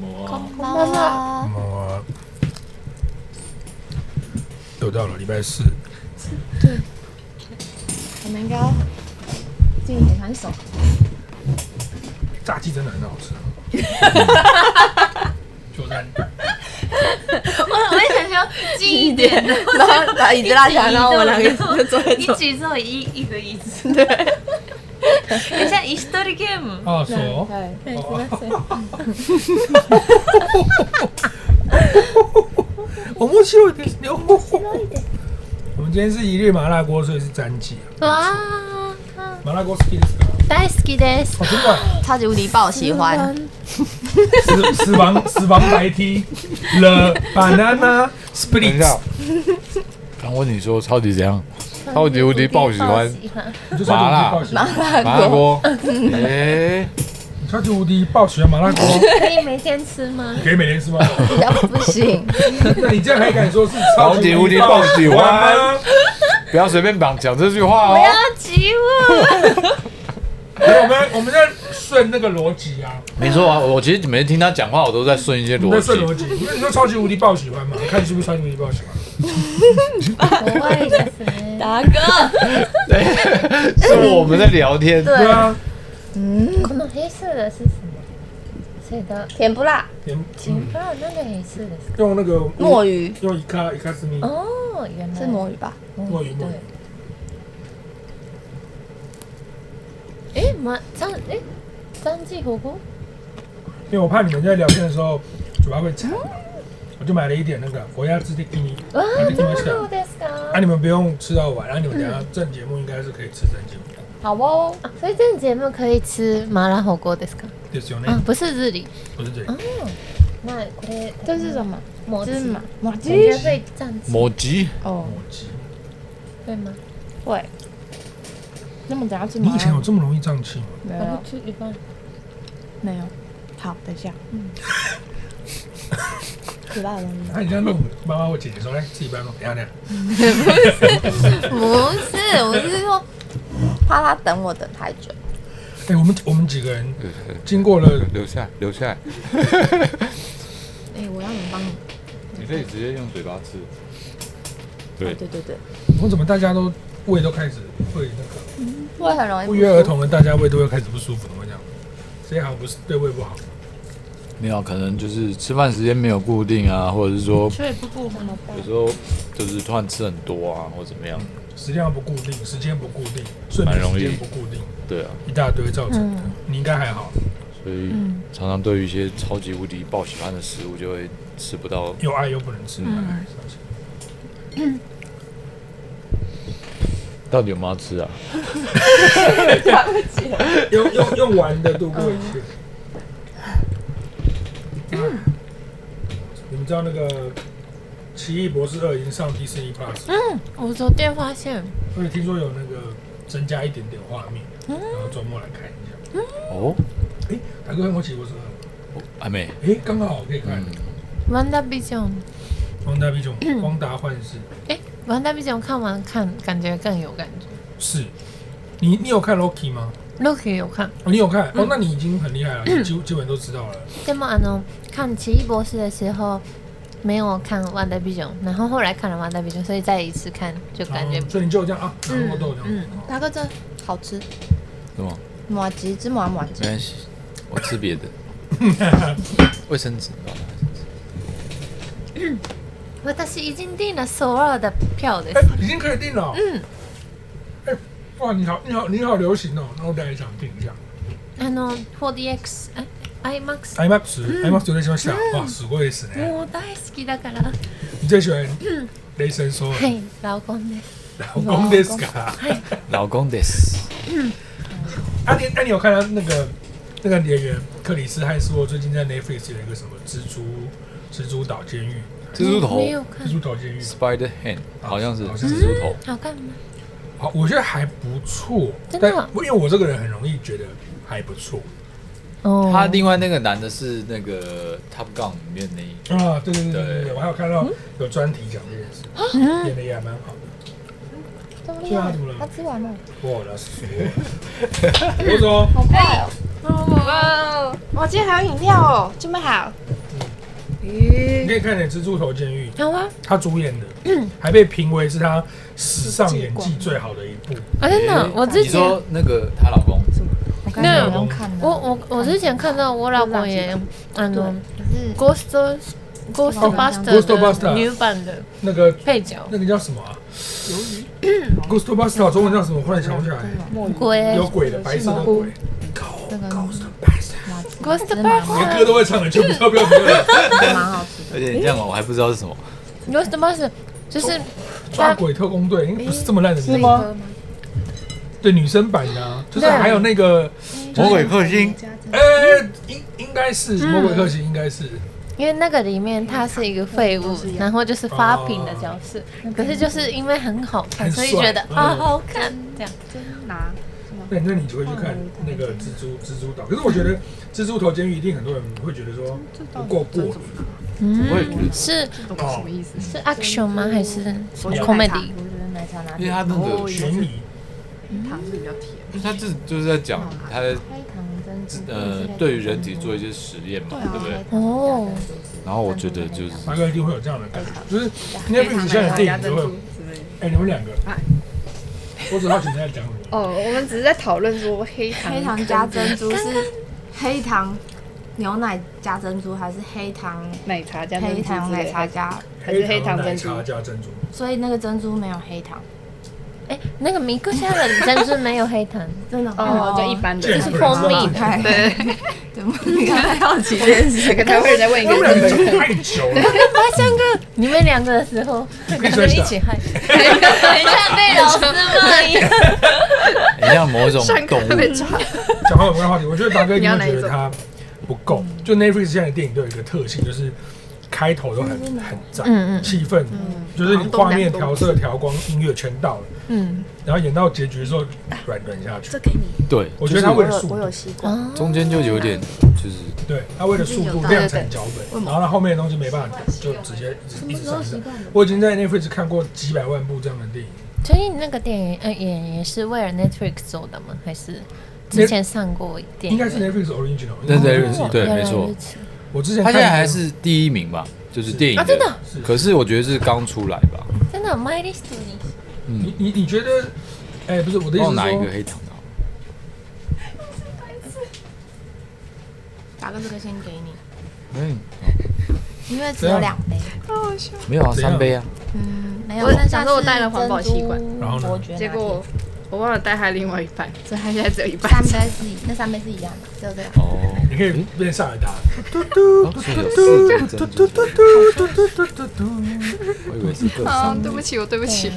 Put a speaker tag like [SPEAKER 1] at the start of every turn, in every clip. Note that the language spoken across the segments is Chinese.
[SPEAKER 1] 冇
[SPEAKER 2] こ
[SPEAKER 1] 啊，
[SPEAKER 2] んばんは。
[SPEAKER 3] 猫啊，又到了礼拜四，
[SPEAKER 2] 对，我们应该要敬你一首。
[SPEAKER 3] 炸鸡真的很好吃啊。就在
[SPEAKER 4] 我也想要近一点的，
[SPEAKER 2] 然后把椅子拉起来，然后我两个就坐在
[SPEAKER 4] 一
[SPEAKER 2] 坐。
[SPEAKER 4] 起做一一个椅子，
[SPEAKER 2] 对，
[SPEAKER 4] 很像一人ゲーム。
[SPEAKER 3] 哦，说
[SPEAKER 2] 对，
[SPEAKER 3] 我们希望的牛。我们今天是一日麻辣锅，所以是沾鸡啊。
[SPEAKER 4] 哇，
[SPEAKER 3] 麻辣锅好きですか？
[SPEAKER 4] 大好きです。
[SPEAKER 3] 哦，真的啊，
[SPEAKER 2] 超级无敌爆喜欢。
[SPEAKER 3] 死死亡死亡白 T The Banana
[SPEAKER 1] 等一下
[SPEAKER 3] Split，，
[SPEAKER 1] 刚问你说超级怎样？超级无敌爆喜欢
[SPEAKER 3] 你就超级无敌爆喜欢，
[SPEAKER 1] 麻辣锅，哎，
[SPEAKER 3] 你超级无敌爆喜欢麻辣锅，
[SPEAKER 4] 可以每天吃吗？
[SPEAKER 3] 可以每天吃吗？
[SPEAKER 2] 比较 不行，
[SPEAKER 3] 那你这样还敢说是
[SPEAKER 1] 超级无敌爆喜欢
[SPEAKER 3] 吗？
[SPEAKER 1] 不要随便讲讲这句话哦。
[SPEAKER 4] 要挤我！
[SPEAKER 3] 没有，我们啊我们在顺那个逻辑啊，
[SPEAKER 1] 没错啊，我其实每次听他讲话，我都在顺一些
[SPEAKER 3] 我们
[SPEAKER 1] 逻
[SPEAKER 3] 在顺逻
[SPEAKER 1] 辑。
[SPEAKER 3] 辑。因为你说超级无敌爆喜欢嘛，看是不是超级无敌爆喜欢。
[SPEAKER 4] 不会ですね。
[SPEAKER 2] 达哥，
[SPEAKER 1] 对，是我们在聊天。
[SPEAKER 3] 对啊，
[SPEAKER 4] この黑色的是什么？谁的？
[SPEAKER 2] 甜不辣，
[SPEAKER 3] 甜
[SPEAKER 4] 我不知道那个黑色的是。
[SPEAKER 3] 啊用那个
[SPEAKER 2] 墨鱼
[SPEAKER 3] 用一卡一卡斯米
[SPEAKER 4] 哦，原来
[SPEAKER 2] 是魔芋吧？
[SPEAKER 3] 墨鱼墨鱼
[SPEAKER 4] 对。诶，麻张诶，张记火锅
[SPEAKER 3] 因为我怕你们在聊天的时候嘴巴会馋，我就买了一点那个国家之的给你，
[SPEAKER 4] 哇，
[SPEAKER 3] 买给你们吃
[SPEAKER 4] そう
[SPEAKER 3] 啊。
[SPEAKER 4] ですか
[SPEAKER 3] 啊，。你们不用吃到完，然后你们等一下正节目应该是可以吃正节目。
[SPEAKER 2] 好哦，
[SPEAKER 4] 啊所以这个节目可以吃麻辣火锅ですか？
[SPEAKER 3] 就是有
[SPEAKER 4] 啊
[SPEAKER 3] 那，
[SPEAKER 4] 不是日里。
[SPEAKER 3] 不是这里，
[SPEAKER 4] 那これ
[SPEAKER 2] 这是什？么？
[SPEAKER 4] 摩
[SPEAKER 2] 芝麻，麻
[SPEAKER 4] 我觉得会这样子，
[SPEAKER 1] 摩吉，
[SPEAKER 2] 哦，
[SPEAKER 3] 摩鸡。
[SPEAKER 4] 对吗？
[SPEAKER 2] 会。那么等下吃
[SPEAKER 3] 你以前有
[SPEAKER 2] 吗？
[SPEAKER 3] 这么容易胀气吗？
[SPEAKER 2] 没
[SPEAKER 4] 然后吃一半。
[SPEAKER 2] 没有。好，等一下。嗯。可怕的东西。
[SPEAKER 3] 那你这样弄，妈妈或姐姐说，来自己不要弄，等一下等一下。
[SPEAKER 2] 不是，我是说怕他等我等太久。
[SPEAKER 3] 哎、我们我们几个人经过了
[SPEAKER 1] 留下来，留下来。
[SPEAKER 2] 哎、我要你帮你。
[SPEAKER 1] 你可以直接用嘴巴吃。对，
[SPEAKER 2] 对对对，
[SPEAKER 3] 我怎么大家都胃都开始会那
[SPEAKER 2] 会很容易不
[SPEAKER 3] 个
[SPEAKER 2] 舒服
[SPEAKER 3] 不约而。同的，大家胃都会开始不舒服，怎么讲？谁好不是对胃不好？
[SPEAKER 1] 没有，可能就是吃饭时间没有固定啊，或者是说
[SPEAKER 2] 所以不顾怎么办
[SPEAKER 1] 有？时候就是突然吃很多啊，或怎么样。
[SPEAKER 3] 食量不固定，时间不固定，睡眠
[SPEAKER 1] 蛮容
[SPEAKER 3] 时
[SPEAKER 1] 易
[SPEAKER 3] 间不固定，
[SPEAKER 1] 对啊，
[SPEAKER 3] 一大堆造成的。你应该还好，
[SPEAKER 1] 所以常常对于一些超级无敌爆喜欢的食物，就会吃不到。
[SPEAKER 3] 又爱又不能吃，哎
[SPEAKER 1] 到底有没有吃啊？
[SPEAKER 3] 用用用玩的度过一切。哎你们知道那个《奇异博士二》已经上迪士尼 Plus，了
[SPEAKER 4] 我昨天发现，
[SPEAKER 3] 而且听说有那个增加一点点画面，然后周末来看一下。
[SPEAKER 1] 哦，
[SPEAKER 3] 哎，大哥看过《奇异博士二》吗？
[SPEAKER 1] 还没。
[SPEAKER 3] 哎，刚好可以看《
[SPEAKER 4] 玩大比熊，
[SPEAKER 3] 汪大比熊》《汪达幻视》
[SPEAKER 4] 诶，玩大比熊看完看感觉更有感觉。
[SPEAKER 3] 是。你你有看 Loki 吗？
[SPEAKER 4] Loki 有看，
[SPEAKER 3] 哦，你有看哦，那你已经很厉害了，你基基本都知道了。
[SPEAKER 4] でもあの看奇异博士的时候没有看玩大比熊，然后后来看了玩大比熊，所以再一次看就感觉
[SPEAKER 3] 哦所以你就这样啊，然后都有这样
[SPEAKER 4] 嗯
[SPEAKER 3] 子。
[SPEAKER 2] 大哥这好吃，
[SPEAKER 1] 是吗？
[SPEAKER 2] 麻吉芝麻麻吉
[SPEAKER 1] 没。关系， 我吃别的。卫生纸。
[SPEAKER 4] 私已经订了首尔的票的
[SPEAKER 3] 哎，，已经可以定了。嗯。哎，哇，你好，你好，你好流行哦。那我等一下想定一下。
[SPEAKER 4] あの 4DX、え IMAX 嗯
[SPEAKER 3] IMAX，IMAX 有点喜欢下，哇，すごいですね。
[SPEAKER 4] もう大好きだから。は
[SPEAKER 3] 你最喜欢雷神说的
[SPEAKER 4] い、老公です。
[SPEAKER 3] 老公ですか？
[SPEAKER 1] 老公的。
[SPEAKER 3] 啊，你那、你有看到那个那个演员克里斯汉斯沃最近在 Netflix 有一个什么蜘蛛蜘蛛岛监狱，
[SPEAKER 1] 蜘蛛
[SPEAKER 4] 没有
[SPEAKER 1] 头
[SPEAKER 3] 蜘
[SPEAKER 4] 看，
[SPEAKER 3] 蛛岛监狱，
[SPEAKER 1] ，Spider Hand，好像是
[SPEAKER 3] 好像是
[SPEAKER 1] 蜘蛛头。
[SPEAKER 4] 好看吗？
[SPEAKER 3] 好，我觉得还不错，
[SPEAKER 4] 真的
[SPEAKER 3] 但
[SPEAKER 4] 啊
[SPEAKER 3] 我因为我这个人很容易觉得还不错
[SPEAKER 4] 哦
[SPEAKER 1] 嗯他另外那个男的是那个 Top Gun 里面那一个，
[SPEAKER 3] 啊，对对对对
[SPEAKER 1] 对
[SPEAKER 3] 对，我还有看
[SPEAKER 2] 嗯
[SPEAKER 3] 到有专题讲这件事，
[SPEAKER 2] 啊
[SPEAKER 3] 演的也还蛮好的。
[SPEAKER 2] 这么啊
[SPEAKER 3] 厉害他怎么了
[SPEAKER 2] 他吃完了，
[SPEAKER 3] 我老师说，我说
[SPEAKER 2] 好快哦！哇哦！哇，今天还有饮料哦，这么好。
[SPEAKER 3] 你
[SPEAKER 2] 咦、嗯
[SPEAKER 3] 可以看点《蜘蛛头监狱》，
[SPEAKER 4] 好啊，
[SPEAKER 3] 他主演的，还被评为是他史上演技最好的一部。
[SPEAKER 4] 啊真的
[SPEAKER 1] 诶，
[SPEAKER 4] 我之
[SPEAKER 1] 你
[SPEAKER 4] 前
[SPEAKER 1] 说那个她老公，
[SPEAKER 2] 我刚
[SPEAKER 4] 那
[SPEAKER 2] 才没有看到。
[SPEAKER 4] 我我我之前看到我老公也，啊
[SPEAKER 2] 对，
[SPEAKER 4] 嗯
[SPEAKER 2] 可是
[SPEAKER 4] ，Ghost Ghostbuster 的
[SPEAKER 3] Ghostbuster
[SPEAKER 4] 女版的
[SPEAKER 3] 那个
[SPEAKER 4] 配角
[SPEAKER 3] 那个叫什么啊？《Ghostbusters》中文叫什么？我忽然想不起来。
[SPEAKER 2] 嗯
[SPEAKER 4] 鬼
[SPEAKER 3] 有鬼的，白色的鬼。
[SPEAKER 2] 那个
[SPEAKER 3] Ghostbuster，连歌
[SPEAKER 4] Ghostbuster
[SPEAKER 3] 都会唱的，就不知道标题了。
[SPEAKER 2] 蛮好吃
[SPEAKER 1] 而且你这样哦，我还不知道是什么。
[SPEAKER 4] Ghostbuster 就是
[SPEAKER 3] 抓鬼特工队应该不是这么烂的，是
[SPEAKER 2] 的。
[SPEAKER 3] 吗？？对，女生版的啊，就是还有那个，
[SPEAKER 1] 魔鬼克星，
[SPEAKER 3] 呃，应应该是魔鬼克星，应该是。
[SPEAKER 4] 因为那个里面他是一个废物，然后就是发品的角色，可是就是因为很好看，
[SPEAKER 3] 很
[SPEAKER 4] 所
[SPEAKER 3] 帅
[SPEAKER 4] 以觉得
[SPEAKER 3] 嗯
[SPEAKER 4] 啊好看这样。
[SPEAKER 2] 真拿
[SPEAKER 3] 那那你就会去看那个蜘蛛蜘蛛岛，可是我觉得蜘蛛头监狱一定很多人会觉得说不够过瘾，
[SPEAKER 4] 嗯
[SPEAKER 1] 我也觉得，
[SPEAKER 4] 是
[SPEAKER 2] 懂什么意思？
[SPEAKER 4] 是 action 吗？还是
[SPEAKER 2] 我觉得奶茶
[SPEAKER 4] comedy？
[SPEAKER 2] 我觉得奶茶拿
[SPEAKER 1] 因为她真
[SPEAKER 4] 哦
[SPEAKER 1] 的，
[SPEAKER 3] 悬疑
[SPEAKER 2] 糖是比较甜。
[SPEAKER 1] 就是她自就是在讲她在
[SPEAKER 2] 黑糖珍珠
[SPEAKER 1] 呃对于人体做一些实验嘛，
[SPEAKER 2] 嗯
[SPEAKER 1] 对不对？
[SPEAKER 4] 哦，
[SPEAKER 1] 然后我觉得就是
[SPEAKER 3] 大概一定会有这样的感觉，就是应该比现在的电影就会，哎，你们两个，我只好奇你在讲什么，
[SPEAKER 5] 哦，我们只是在讨论说黑糖
[SPEAKER 6] 黑糖加珍珠是黑糖牛奶加珍珠，还是黑糖
[SPEAKER 5] 奶茶加珍珠
[SPEAKER 6] 黑糖
[SPEAKER 5] 之类
[SPEAKER 6] 奶
[SPEAKER 5] 的
[SPEAKER 6] 茶加？
[SPEAKER 5] 还是黑糖
[SPEAKER 3] 奶
[SPEAKER 5] 珍珠
[SPEAKER 3] 茶加珍珠，
[SPEAKER 6] 所以那个珍珠没有黑糖，
[SPEAKER 4] 哎，那个米克虾的珍珠没有黑糖，
[SPEAKER 6] 真的
[SPEAKER 5] 哦，就一般的
[SPEAKER 3] 这。
[SPEAKER 4] 是蜂蜜
[SPEAKER 6] 派。对，怎么你刚才好奇？
[SPEAKER 5] 可能会有人在问一
[SPEAKER 3] 他们两个
[SPEAKER 5] 个，
[SPEAKER 3] 讲太久了，
[SPEAKER 4] 我三个你们两个的时候，
[SPEAKER 3] 可以
[SPEAKER 4] 你
[SPEAKER 3] 说
[SPEAKER 4] 们
[SPEAKER 3] 一
[SPEAKER 4] 一
[SPEAKER 3] 下
[SPEAKER 4] 起嗨，很像被老师骂一样。
[SPEAKER 1] 很像某种动物，
[SPEAKER 5] 被抓，
[SPEAKER 3] 讲完我的话题，我觉得达哥一定会觉得它不够。
[SPEAKER 4] 嗯
[SPEAKER 3] 就 Netflix 现在的电影都有一个特性，就是开头都很很赞，
[SPEAKER 4] 嗯嗯
[SPEAKER 3] 气氛就是你画面调色、调光、音乐全到了，
[SPEAKER 4] 嗯，
[SPEAKER 3] 然后演到结局的时候软软下去。
[SPEAKER 1] 对，
[SPEAKER 3] 我觉得他为
[SPEAKER 6] 我
[SPEAKER 3] 了
[SPEAKER 6] 有
[SPEAKER 3] 速
[SPEAKER 6] 我
[SPEAKER 3] 度
[SPEAKER 6] 有，吸过，
[SPEAKER 4] 哦，
[SPEAKER 1] 中间就有点就是
[SPEAKER 3] 对他为了速度量产脚本，然后他后面的东西没办法，就直接一直上升。我已经在 Netflix 看过几百万部这样的电影，
[SPEAKER 4] 所以那个电影呃演员是为了 Netflix 做的吗？还是之前上过电
[SPEAKER 3] 应
[SPEAKER 4] 影
[SPEAKER 3] 该
[SPEAKER 4] 院？
[SPEAKER 3] 是 Netflix original。
[SPEAKER 1] 嗯对对
[SPEAKER 3] 因为
[SPEAKER 1] 对
[SPEAKER 4] 原来
[SPEAKER 1] 没错
[SPEAKER 4] 如此
[SPEAKER 3] 我之前
[SPEAKER 1] 他
[SPEAKER 3] 看
[SPEAKER 1] 现在还是第一名吧，就是电影
[SPEAKER 4] 啊真的
[SPEAKER 3] 是
[SPEAKER 1] 可是我觉得是刚出来吧，
[SPEAKER 4] 真的 My List 你
[SPEAKER 3] 你你你觉得？哎，不是我的意思
[SPEAKER 1] 帮我
[SPEAKER 3] 是
[SPEAKER 1] 拿一
[SPEAKER 3] 说
[SPEAKER 1] 个，黑糖啊。
[SPEAKER 6] 打个这个先给你，
[SPEAKER 3] 哎
[SPEAKER 1] 嗯，
[SPEAKER 6] 因为只有两杯。
[SPEAKER 1] 没有啊，
[SPEAKER 3] 怎样
[SPEAKER 1] 三杯啊，
[SPEAKER 6] 嗯，没有。
[SPEAKER 5] 我
[SPEAKER 6] 那下
[SPEAKER 5] 想
[SPEAKER 6] 次
[SPEAKER 5] 说我带了环保吸管
[SPEAKER 6] 珍珠
[SPEAKER 3] 然后呢
[SPEAKER 6] 伯爵拿铁
[SPEAKER 5] 结果我忘了带他另外一半，所以他现在只有一半。
[SPEAKER 6] 三杯是一那三杯是一样的，只有这个。
[SPEAKER 1] 哦，
[SPEAKER 3] 你可以变上来打。
[SPEAKER 1] 哦所以有四个珍珠，我以为是各
[SPEAKER 5] 啊
[SPEAKER 1] 三，
[SPEAKER 5] 对不
[SPEAKER 1] 杯。
[SPEAKER 5] 起，我对不起。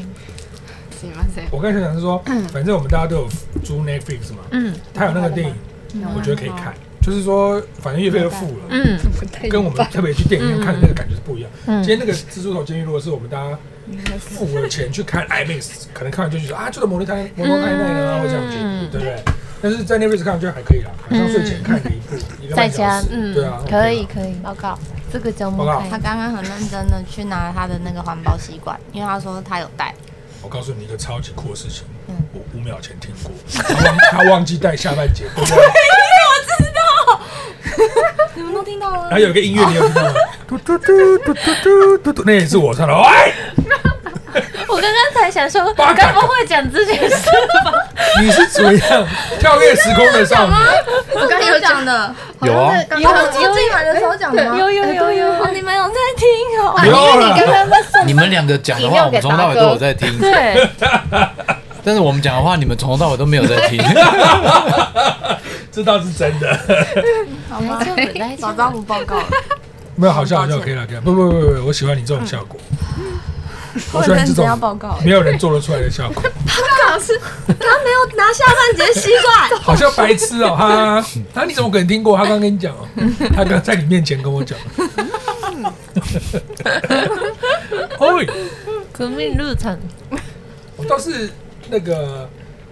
[SPEAKER 5] 行吧，行。
[SPEAKER 3] 我刚才想是说，
[SPEAKER 4] 嗯
[SPEAKER 3] 反正我们大家都有租 Netflix 嘛，嗯，他有那个电影，
[SPEAKER 4] 嗯
[SPEAKER 3] 我觉得可以看。就是说，反正月费都付了，嗯，跟我们特别去电影院看的那个感觉是不一样。
[SPEAKER 4] 嗯
[SPEAKER 3] 今天那个《蜘蛛头监狱》，如果是我们大家付了钱去看 IMAX，可能看完就觉得啊，就是摩托台摩托台那个啊，会这样觉得，
[SPEAKER 4] 嗯
[SPEAKER 3] 对不对？但是在 Netflix 看就还可以啦，晚上睡前看个一部，一个
[SPEAKER 4] 在
[SPEAKER 3] 半小
[SPEAKER 4] 家
[SPEAKER 3] 时，，
[SPEAKER 4] 嗯
[SPEAKER 3] 对啊，，
[SPEAKER 4] 可以可以，
[SPEAKER 6] 报告，
[SPEAKER 4] 这个周
[SPEAKER 3] 报
[SPEAKER 4] 末
[SPEAKER 3] 告
[SPEAKER 6] 他
[SPEAKER 4] 开，
[SPEAKER 6] 刚刚很认真的去拿他的那个环保吸管，因为他说他有带。
[SPEAKER 3] 我告诉你一个超级酷的事情，
[SPEAKER 4] 嗯
[SPEAKER 3] 我五秒前听过，他忘他忘记带下半截，对不对？
[SPEAKER 6] 你们都听到了
[SPEAKER 3] 然后有一个音乐，你有听到吗？嘟嘟嘟嘟嘟嘟嘟嘟，那也是我唱的。喂，
[SPEAKER 4] 我刚刚才想说，
[SPEAKER 3] 八嘎
[SPEAKER 4] 该不会讲这件事吧？
[SPEAKER 3] 你是怎么样跳
[SPEAKER 1] 哎
[SPEAKER 3] 跃时空的少女？
[SPEAKER 6] 我刚有讲的，
[SPEAKER 1] 有啊，
[SPEAKER 6] 有我进来的时候讲的吗？
[SPEAKER 4] 有有有有，
[SPEAKER 6] 哦，你们有在听哦。
[SPEAKER 3] 有了，
[SPEAKER 1] 啊你们两个讲的话，我们从头到尾都有在听，
[SPEAKER 4] 对，
[SPEAKER 1] 但是我们讲的话，你们从头到尾都没有在听。
[SPEAKER 3] 这倒是真的。
[SPEAKER 6] 好
[SPEAKER 4] 来
[SPEAKER 6] 吧，
[SPEAKER 4] 这个来
[SPEAKER 6] 早
[SPEAKER 4] 这
[SPEAKER 6] 知道
[SPEAKER 4] 个，
[SPEAKER 6] 不报告了。
[SPEAKER 3] 没有好笑好笑可以了，可以了。不不不不，我喜欢你这种效果，我
[SPEAKER 6] 我
[SPEAKER 3] 喜欢
[SPEAKER 6] 认
[SPEAKER 3] 你这
[SPEAKER 6] 真要
[SPEAKER 3] 种
[SPEAKER 6] 报告。
[SPEAKER 3] 没有人做得出来的效果，
[SPEAKER 6] 他没有拿下半截吸管，
[SPEAKER 3] 好像白痴哦哈。他你怎么可能听过？他刚跟你讲哦，他刚在你面前跟我 讲。 哦，
[SPEAKER 4] 革命入场，
[SPEAKER 3] 我哦倒是那个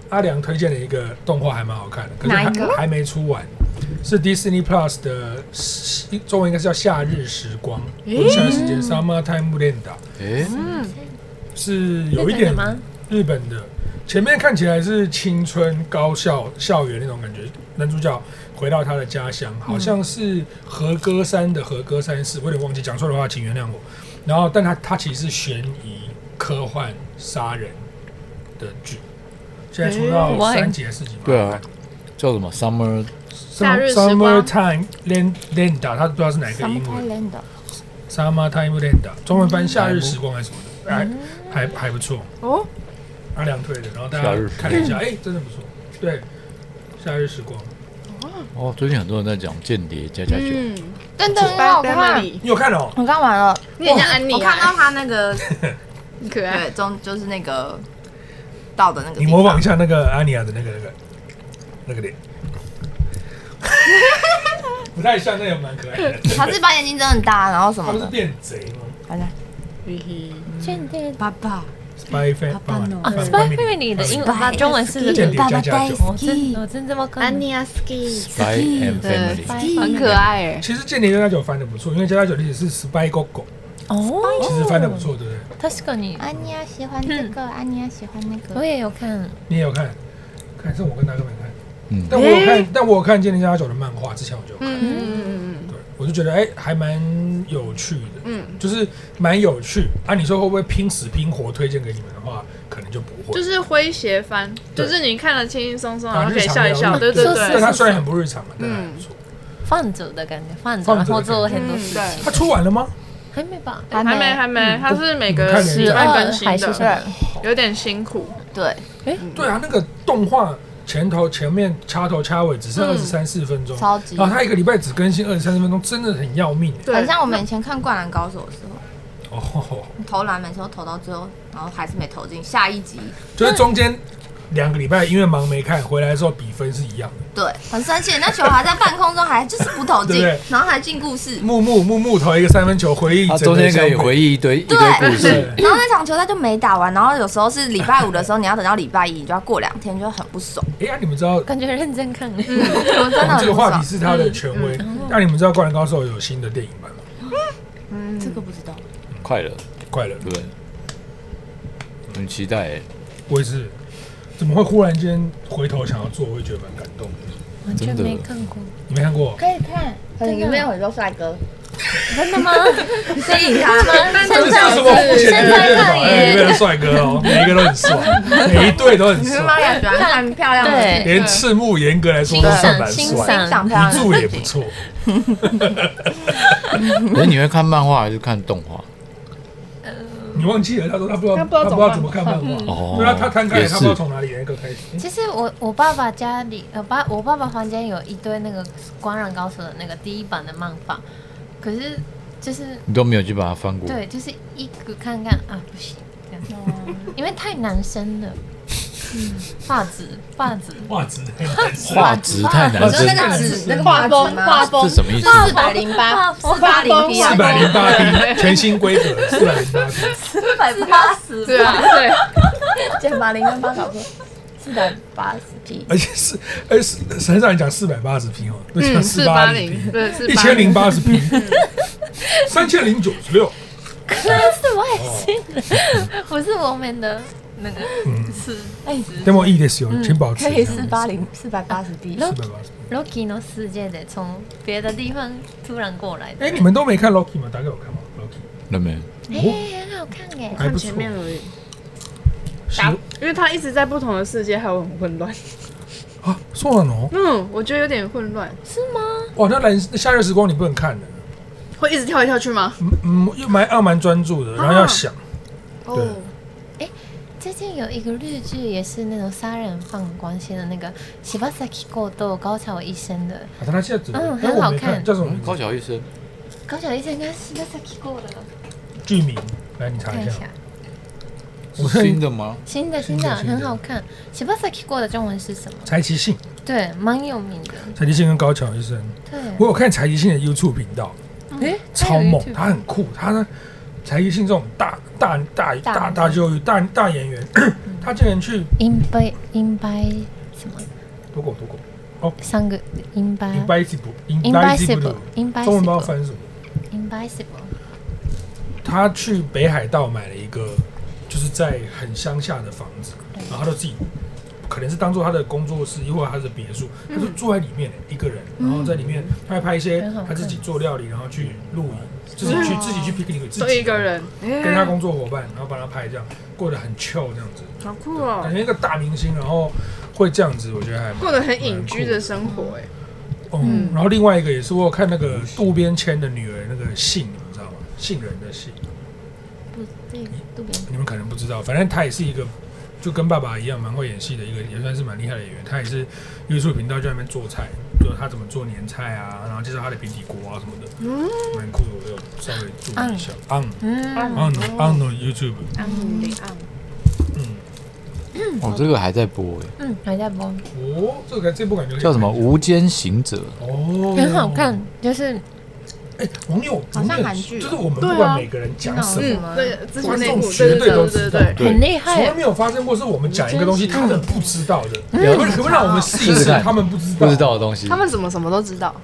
[SPEAKER 3] 阿良推荐的一个动画还蛮好看的，可是还还没出完，是 Disney Plus 的中文应该是叫《夏日时光》，或者夏日时间 （Summertime Lenda）
[SPEAKER 1] 诶，
[SPEAKER 3] 是有一点
[SPEAKER 4] 吗？
[SPEAKER 3] 日本的。前面看起来是青春高校校园那种感觉，男主角回到他的家乡，好像是和歌山的和歌山市，我有点忘记，讲错的话请原谅我。然后，但他他其实是悬疑、科幻、杀人的剧，现在出到
[SPEAKER 4] 诶
[SPEAKER 3] 三集还是四集嘛？
[SPEAKER 1] 对啊，叫什么 Summer？
[SPEAKER 5] 夏日时光
[SPEAKER 3] Summertime Land Landa，他不知道是哪个英文 Summertime Landa，中文翻
[SPEAKER 4] 嗯
[SPEAKER 3] 夏日时光还是什么的，还还还不错
[SPEAKER 6] 哦。
[SPEAKER 3] 阿良推的，然后大
[SPEAKER 1] 夏
[SPEAKER 3] 家
[SPEAKER 1] 日时
[SPEAKER 3] 看了一下，哎，真的不错。对，夏日时光，
[SPEAKER 1] 哦，最近很多人在讲间谍加加酒，
[SPEAKER 5] 嗯，
[SPEAKER 2] 噔噔，很好看。
[SPEAKER 5] 你
[SPEAKER 3] 你有看哦？
[SPEAKER 2] 我看完了，
[SPEAKER 5] 也像安
[SPEAKER 6] 我
[SPEAKER 5] 妮
[SPEAKER 6] 看到
[SPEAKER 5] 啊，
[SPEAKER 6] 他那个
[SPEAKER 5] 很可爱。
[SPEAKER 6] 对中就是那个到的那个地
[SPEAKER 3] 你
[SPEAKER 6] 方，
[SPEAKER 3] 模仿一下那个安妮亚的那个那个那 个脸，不太像，那也蛮可爱的。
[SPEAKER 2] 他是把眼睛睁很大，然后什
[SPEAKER 3] 他
[SPEAKER 2] 么
[SPEAKER 3] 不是
[SPEAKER 2] 的，
[SPEAKER 3] 变贼吗
[SPEAKER 5] 嘿嘿
[SPEAKER 4] 间谍
[SPEAKER 6] 爸爸，
[SPEAKER 3] ？Spy Fan
[SPEAKER 6] 爸爸呢
[SPEAKER 4] 啊
[SPEAKER 3] 翻
[SPEAKER 4] ，Spy Family 的英文，它中文是这
[SPEAKER 3] 间
[SPEAKER 4] 个
[SPEAKER 3] 谍。加加酒。
[SPEAKER 4] 我真我真这么看。
[SPEAKER 5] 安妮亚 ski，
[SPEAKER 1] Spy and
[SPEAKER 5] 对
[SPEAKER 1] Family，
[SPEAKER 5] 很可爱哎。
[SPEAKER 3] 其实《间谍加加酒》翻的不错，因为加加酒的意思是 Spy 狗狗，
[SPEAKER 4] 哦，
[SPEAKER 3] 其实翻的不错，对不对？
[SPEAKER 4] 確かに。
[SPEAKER 2] 安妮亚喜
[SPEAKER 6] 嗯
[SPEAKER 2] 欢这个，安妮亚喜欢那
[SPEAKER 4] 我
[SPEAKER 2] 个。
[SPEAKER 4] 也有看，
[SPEAKER 3] 你也有看？看是我跟大哥没看，
[SPEAKER 1] 嗯，
[SPEAKER 3] 但我有看，但我有看《间谍加加酒》的漫画，之前我就有看，
[SPEAKER 5] 嗯嗯
[SPEAKER 3] 对，我就觉得哎、还蛮有趣的，
[SPEAKER 5] 嗯，
[SPEAKER 3] 就是蛮有趣啊。你说会不会拼死拼活推荐给你们的话，可能就不会，
[SPEAKER 5] 就是诙谐番，
[SPEAKER 3] 对
[SPEAKER 5] 就是你看了轻轻松松，然
[SPEAKER 3] 啊
[SPEAKER 5] 后
[SPEAKER 3] 日
[SPEAKER 5] 可以
[SPEAKER 3] 常
[SPEAKER 5] 笑一
[SPEAKER 3] 聊
[SPEAKER 5] 笑，
[SPEAKER 3] 日
[SPEAKER 5] 对对
[SPEAKER 4] 就
[SPEAKER 3] 但
[SPEAKER 5] 对。
[SPEAKER 3] 它虽然很不日常嘛，但它还
[SPEAKER 5] 嗯
[SPEAKER 3] 不错。
[SPEAKER 4] 放着的感觉，放着，然后做了很多事
[SPEAKER 5] 嗯
[SPEAKER 4] 情，
[SPEAKER 3] 它出完了吗？
[SPEAKER 4] 还没吧？
[SPEAKER 5] 还没还没，它是每
[SPEAKER 3] 嗯你
[SPEAKER 5] 个
[SPEAKER 3] 看了
[SPEAKER 5] 礼
[SPEAKER 4] 十
[SPEAKER 5] 拜
[SPEAKER 4] 二
[SPEAKER 5] 更新
[SPEAKER 4] 还是什
[SPEAKER 5] 的，
[SPEAKER 4] 么？
[SPEAKER 5] 有点辛苦。
[SPEAKER 2] 对，
[SPEAKER 3] 对啊，那个动画前头前面掐头掐尾只剩
[SPEAKER 5] 嗯
[SPEAKER 3] 二十三四分钟，
[SPEAKER 2] 超级
[SPEAKER 3] 然后它一个礼拜只更新二十三分钟，真的很要命
[SPEAKER 5] 对
[SPEAKER 6] 很，像我们以前看《灌篮高手》的时候，
[SPEAKER 3] 哦。
[SPEAKER 6] 投篮每次都投到最后，然后还是没投进，下一集
[SPEAKER 3] 就是中间两个礼拜因为忙没看，回来之后比分是一样的。
[SPEAKER 6] 对，很生气，那球还在半空中，还就是不投进
[SPEAKER 3] 对不对，嗯
[SPEAKER 6] 然后还进故事，
[SPEAKER 3] 木木木木投一个三分球，回忆
[SPEAKER 1] 他
[SPEAKER 3] 整
[SPEAKER 1] 啊中
[SPEAKER 3] 个
[SPEAKER 1] 间可
[SPEAKER 3] 湘
[SPEAKER 1] 以
[SPEAKER 3] 北
[SPEAKER 1] 回忆一堆一堆
[SPEAKER 6] 对
[SPEAKER 1] 故事，
[SPEAKER 6] 然后那场球赛就没打完，然后有时候是礼拜五的时候，你要等到礼拜一，你就要过两天，就很不爽，
[SPEAKER 3] 哎呀，你们知道
[SPEAKER 4] 感觉认真看，
[SPEAKER 6] 真的
[SPEAKER 3] 这
[SPEAKER 6] 很
[SPEAKER 3] 个
[SPEAKER 6] 不
[SPEAKER 3] 话题
[SPEAKER 6] 爽。
[SPEAKER 3] 是他的权威。那你们知道《灌篮高手》有新的电影版吗？
[SPEAKER 6] 这个不知道，
[SPEAKER 1] 快乐，
[SPEAKER 3] 快乐，
[SPEAKER 1] 对不对？很期待欸，
[SPEAKER 3] 我也是。怎么会忽然间回头想要做？我也觉得蛮感动的。
[SPEAKER 4] 完全没看过。
[SPEAKER 3] 你没看过？
[SPEAKER 2] 可以看，
[SPEAKER 4] 里面
[SPEAKER 2] 有很多帅哥。
[SPEAKER 4] 真 的吗？
[SPEAKER 6] 吸引他们，
[SPEAKER 3] 这是什么肤浅的对法？哎，里面的帅哥哦，每一个都很帅，每一对都很
[SPEAKER 6] 玛
[SPEAKER 3] 帅，
[SPEAKER 6] 利亚喜欢看漂亮的，
[SPEAKER 4] 对，
[SPEAKER 3] 连赤木严格来说
[SPEAKER 4] 欣
[SPEAKER 3] 都算蛮
[SPEAKER 4] 赏欣
[SPEAKER 3] 帅，
[SPEAKER 4] 赏，
[SPEAKER 6] 长漂亮
[SPEAKER 3] 一
[SPEAKER 6] 的
[SPEAKER 3] 柱也不错。
[SPEAKER 1] 那哎你会看漫画还是看动画？
[SPEAKER 3] 你忘记了？他说他不知道，
[SPEAKER 5] 他
[SPEAKER 3] 他
[SPEAKER 5] 不知道
[SPEAKER 3] 不知道怎么看漫画。
[SPEAKER 1] 哦
[SPEAKER 3] 对啊，他摊开
[SPEAKER 1] 也
[SPEAKER 3] 来，
[SPEAKER 1] 是
[SPEAKER 3] 他不知道从哪里来一个开始。
[SPEAKER 4] 其实我我爸爸家里，呃，爸我爸爸房间有一堆那个《灌篮高手》的那个第一版的漫画，可是就是
[SPEAKER 1] 你都没有去把它翻过，
[SPEAKER 4] 对，就是一个看看啊，不行，这样，因为太男生了，画质画质，
[SPEAKER 3] 袜子，
[SPEAKER 1] 画质太难
[SPEAKER 6] 就是
[SPEAKER 1] 真
[SPEAKER 6] 那，个纸，那个
[SPEAKER 2] 画风画
[SPEAKER 6] 风，
[SPEAKER 1] 这什么意思？
[SPEAKER 2] 四百零八，四
[SPEAKER 6] 八
[SPEAKER 2] 八
[SPEAKER 6] 零
[SPEAKER 2] 零
[SPEAKER 6] P
[SPEAKER 2] 一
[SPEAKER 6] 啊
[SPEAKER 3] 四百零八 P 全新规格，四百零八 P。
[SPEAKER 6] 四百八十，
[SPEAKER 5] 对啊，对，
[SPEAKER 2] 减把零跟八搞错，四百八十 P。
[SPEAKER 3] 而且是，而且是很少人讲四百八十 P 哦，都讲
[SPEAKER 5] 嗯，
[SPEAKER 3] 四
[SPEAKER 5] 四
[SPEAKER 3] 八
[SPEAKER 5] 八
[SPEAKER 3] 零
[SPEAKER 5] 零，
[SPEAKER 3] P，
[SPEAKER 5] 对，四
[SPEAKER 3] 一
[SPEAKER 5] 八
[SPEAKER 3] 千零八十 P，三千零九十六。
[SPEAKER 4] 那是外星人，不是我们的那个
[SPEAKER 3] 嗯
[SPEAKER 4] 是
[SPEAKER 3] でもいいですよ，请保持。
[SPEAKER 2] 可以四八零四百八十 P，
[SPEAKER 3] 四百八十。
[SPEAKER 4] Loki 的世界的，从别的地方突然过来的，
[SPEAKER 3] 哎，你们都没看 Loki 吗？打给我看吗？Loki
[SPEAKER 1] 那没有
[SPEAKER 4] 哎、很好看哎、
[SPEAKER 3] 还不错
[SPEAKER 5] 前。面而已。
[SPEAKER 3] 是
[SPEAKER 5] 打，因为他一直在不同的世界，还有很混乱。
[SPEAKER 3] 啊，そうなの？
[SPEAKER 5] 嗯，我觉得有点混乱，
[SPEAKER 4] 是吗？
[SPEAKER 3] 哇，那蓝那夏日时光你不能看的。
[SPEAKER 5] 会一直跳来跳去吗？
[SPEAKER 3] 嗯嗯，又蛮要蛮专注的，然后要想。对，
[SPEAKER 4] 最近有一个日剧，也是那种杀人犯关系的那个《柴崎过斗高桥医生》的，
[SPEAKER 3] 啊，他现在只
[SPEAKER 4] 嗯
[SPEAKER 3] 但我
[SPEAKER 4] 很
[SPEAKER 3] 没
[SPEAKER 4] 好看
[SPEAKER 3] 看，叫什么名字？
[SPEAKER 1] 高桥医生，
[SPEAKER 4] 高桥医生跟柴崎过的，
[SPEAKER 3] 剧名，来你查
[SPEAKER 4] 看
[SPEAKER 3] 一
[SPEAKER 4] 一
[SPEAKER 3] 下。
[SPEAKER 4] 下。
[SPEAKER 3] 我
[SPEAKER 1] 是新
[SPEAKER 3] 看
[SPEAKER 1] 的吗？
[SPEAKER 4] 新的
[SPEAKER 3] 新
[SPEAKER 4] 新
[SPEAKER 3] 的
[SPEAKER 4] 的
[SPEAKER 3] 新的
[SPEAKER 4] 很好看，《柴崎过的中文是什么？
[SPEAKER 3] 柴崎幸，
[SPEAKER 4] 对，蛮有名的。
[SPEAKER 3] 柴崎幸跟高桥医生，
[SPEAKER 4] 对，
[SPEAKER 3] 我有看柴崎幸的 YouTube 频道，
[SPEAKER 4] 哎，
[SPEAKER 3] 超猛，他很酷，他呢，柴崎幸这种大大大
[SPEAKER 4] 大嗯
[SPEAKER 3] 大大就大大演员， 他竟然去
[SPEAKER 4] 银杯银杯什么
[SPEAKER 3] 多狗多狗
[SPEAKER 4] 三个银杯
[SPEAKER 3] Invisible
[SPEAKER 4] Invisible Invisible
[SPEAKER 3] 中文不知道翻什么，
[SPEAKER 4] invisible
[SPEAKER 3] 他去北海道买了一个，就是在很乡下的房子，然后他就自己可能是当做他的工作室，或者他的别墅，他就住在里面一个人，然后在里面他还拍一些
[SPEAKER 4] 嗯很好看嗯
[SPEAKER 3] 他自己做料理，然后去露营，自己去自己去 picnic，自
[SPEAKER 5] 就
[SPEAKER 3] 己
[SPEAKER 5] 一个人，哎
[SPEAKER 3] 跟他工作伙伴，然后帮他拍这样，过得很 chill 这样子，
[SPEAKER 5] 好酷哦
[SPEAKER 3] 感，觉一个大明星，然后会这样子，我觉得还蛮
[SPEAKER 5] 过得很隐居的生活，哎，
[SPEAKER 3] 嗯，然后另外一个也是我有看那个渡边谦的女儿那个信，你们知道吗？杏仁的杏，
[SPEAKER 4] 不，对，渡边
[SPEAKER 3] 你们可能不知道，反正她也是一个就跟爸爸一样蛮会演戏的一个，也算是蛮厉害的演员。她也是 YouTube 频道就在那边做菜，就是她怎么做年菜啊，然后介绍她的平底锅啊什么的，蛮酷的。我有稍微注意一下，on
[SPEAKER 4] 嗯，
[SPEAKER 3] on on YouTube，嗯，
[SPEAKER 1] 哦，这个还在播哎，
[SPEAKER 4] 嗯，还在播，
[SPEAKER 3] 哦，这个这部感觉可以
[SPEAKER 1] 叫什么《
[SPEAKER 3] 看一下？
[SPEAKER 1] 无间行者》。
[SPEAKER 3] 哦，
[SPEAKER 4] 很好看，就是
[SPEAKER 3] 哎，网友
[SPEAKER 6] 好像韩剧哦
[SPEAKER 3] 就是我们
[SPEAKER 5] 对啊
[SPEAKER 3] 不管每个人讲什么。
[SPEAKER 5] 嗯，对，之前
[SPEAKER 3] 观
[SPEAKER 5] 那
[SPEAKER 3] 众
[SPEAKER 5] 部，
[SPEAKER 3] 绝
[SPEAKER 5] 对
[SPEAKER 3] 对
[SPEAKER 5] 对
[SPEAKER 3] 都
[SPEAKER 5] 对
[SPEAKER 3] 知
[SPEAKER 5] 对
[SPEAKER 3] 道
[SPEAKER 5] 对，
[SPEAKER 1] 对
[SPEAKER 4] 很厉
[SPEAKER 3] 从来
[SPEAKER 4] 害，
[SPEAKER 3] 没有发生过，是我们讲一个东西，他们不知道的。
[SPEAKER 1] 嗯
[SPEAKER 3] 可不可以可不可以让我们试一
[SPEAKER 1] 试
[SPEAKER 3] 试
[SPEAKER 1] 试看
[SPEAKER 3] 他们不知道？
[SPEAKER 1] 嗯不 知道的东西，
[SPEAKER 5] 他们怎么什么都知道，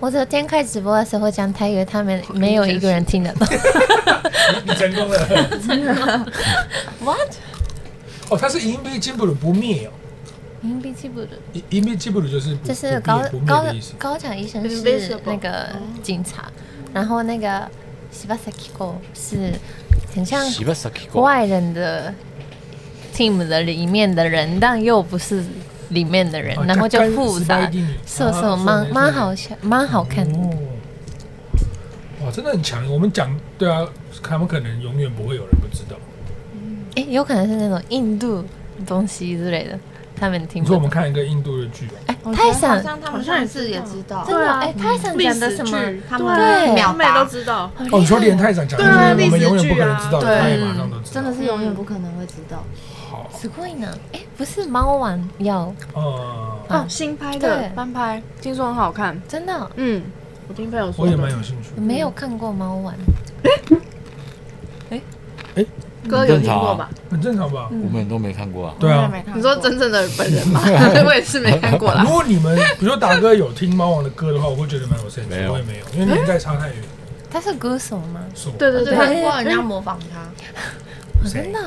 [SPEAKER 4] 我昨天开直播的时候讲台语，他们没有一个人听得懂。
[SPEAKER 3] 你成功了。
[SPEAKER 4] What？
[SPEAKER 3] 哦，他是 invisible 不灭哦
[SPEAKER 4] 银币记不得，
[SPEAKER 3] ，in-，invisible 就是不
[SPEAKER 4] 就是
[SPEAKER 3] 不
[SPEAKER 4] 高
[SPEAKER 3] 灭不灭
[SPEAKER 4] 高
[SPEAKER 3] 的意思。
[SPEAKER 4] 高场医生是
[SPEAKER 5] Invisible
[SPEAKER 4] 那个警察，然后那个西巴萨 Kiko 是很像
[SPEAKER 1] 喜巴萨克
[SPEAKER 4] 国外人的 team 的里面的人，但又不是里面的人
[SPEAKER 3] 哦，
[SPEAKER 4] 然后哎就复
[SPEAKER 3] 干
[SPEAKER 4] 杂
[SPEAKER 3] 干是白地里，
[SPEAKER 4] 色色
[SPEAKER 3] 啊
[SPEAKER 4] 蛮
[SPEAKER 3] 是
[SPEAKER 4] 蛮好笑，蛮好看的。
[SPEAKER 3] 哦，哇，真的很强。我们讲对啊，他们可能永远不会有人不知道。
[SPEAKER 4] 哎，有可能是那种印度东西之类的，他们听
[SPEAKER 3] 你
[SPEAKER 4] 不
[SPEAKER 3] 说我们
[SPEAKER 4] 懂。
[SPEAKER 3] 看一个印度的剧吧，
[SPEAKER 4] 哎，
[SPEAKER 6] 我觉
[SPEAKER 4] 泰
[SPEAKER 6] 得好
[SPEAKER 4] 森
[SPEAKER 6] 像他
[SPEAKER 5] 好
[SPEAKER 6] 们
[SPEAKER 5] 像也
[SPEAKER 6] 上次也知道，
[SPEAKER 4] 真
[SPEAKER 5] 对
[SPEAKER 4] 的
[SPEAKER 5] 啊
[SPEAKER 4] 哎，泰森
[SPEAKER 5] 历
[SPEAKER 4] 讲的
[SPEAKER 5] 史
[SPEAKER 4] 什么？
[SPEAKER 5] 剧，
[SPEAKER 6] 他们
[SPEAKER 4] 对
[SPEAKER 6] 秒
[SPEAKER 5] 他们也
[SPEAKER 6] 答
[SPEAKER 5] 都，知道，
[SPEAKER 4] 好厉害
[SPEAKER 3] 哦，你说连泰长讲的
[SPEAKER 5] 对啊
[SPEAKER 3] 东西，我们
[SPEAKER 5] 历史
[SPEAKER 3] 永远
[SPEAKER 5] 剧
[SPEAKER 3] 不可能
[SPEAKER 5] 啊
[SPEAKER 3] 知道的，
[SPEAKER 5] 对
[SPEAKER 3] 他也马上都知
[SPEAKER 6] 真
[SPEAKER 3] 道
[SPEAKER 6] 的。是永远不可能会知道。
[SPEAKER 3] 好，
[SPEAKER 4] すごいな。哎，不是猫王要
[SPEAKER 3] 呃，
[SPEAKER 4] 啊
[SPEAKER 5] 哦，新拍
[SPEAKER 4] 对
[SPEAKER 5] 的翻拍，听说很好看，
[SPEAKER 4] 真的
[SPEAKER 5] 嗯，我听朋友说
[SPEAKER 3] 我
[SPEAKER 5] 的，
[SPEAKER 3] 也蛮有兴趣的。
[SPEAKER 5] 嗯
[SPEAKER 4] 没有看过猫王，
[SPEAKER 5] 歌有听过吧？
[SPEAKER 3] 很正常啊吧？
[SPEAKER 1] 我们都没看过啊。
[SPEAKER 3] 对
[SPEAKER 6] 我也
[SPEAKER 3] 啊。
[SPEAKER 6] 没看过
[SPEAKER 5] 你说真正的本人 吗？我也是没看过啦
[SPEAKER 3] 如。果你们，比如说达哥有听猫王的歌的话，我会觉得蛮有 sense
[SPEAKER 1] 没。有
[SPEAKER 3] 我也没有，因为年代差太远。
[SPEAKER 4] 他是歌手吗？
[SPEAKER 3] 是我
[SPEAKER 5] 对对对，
[SPEAKER 6] 看过人家模仿他，
[SPEAKER 4] 哦真的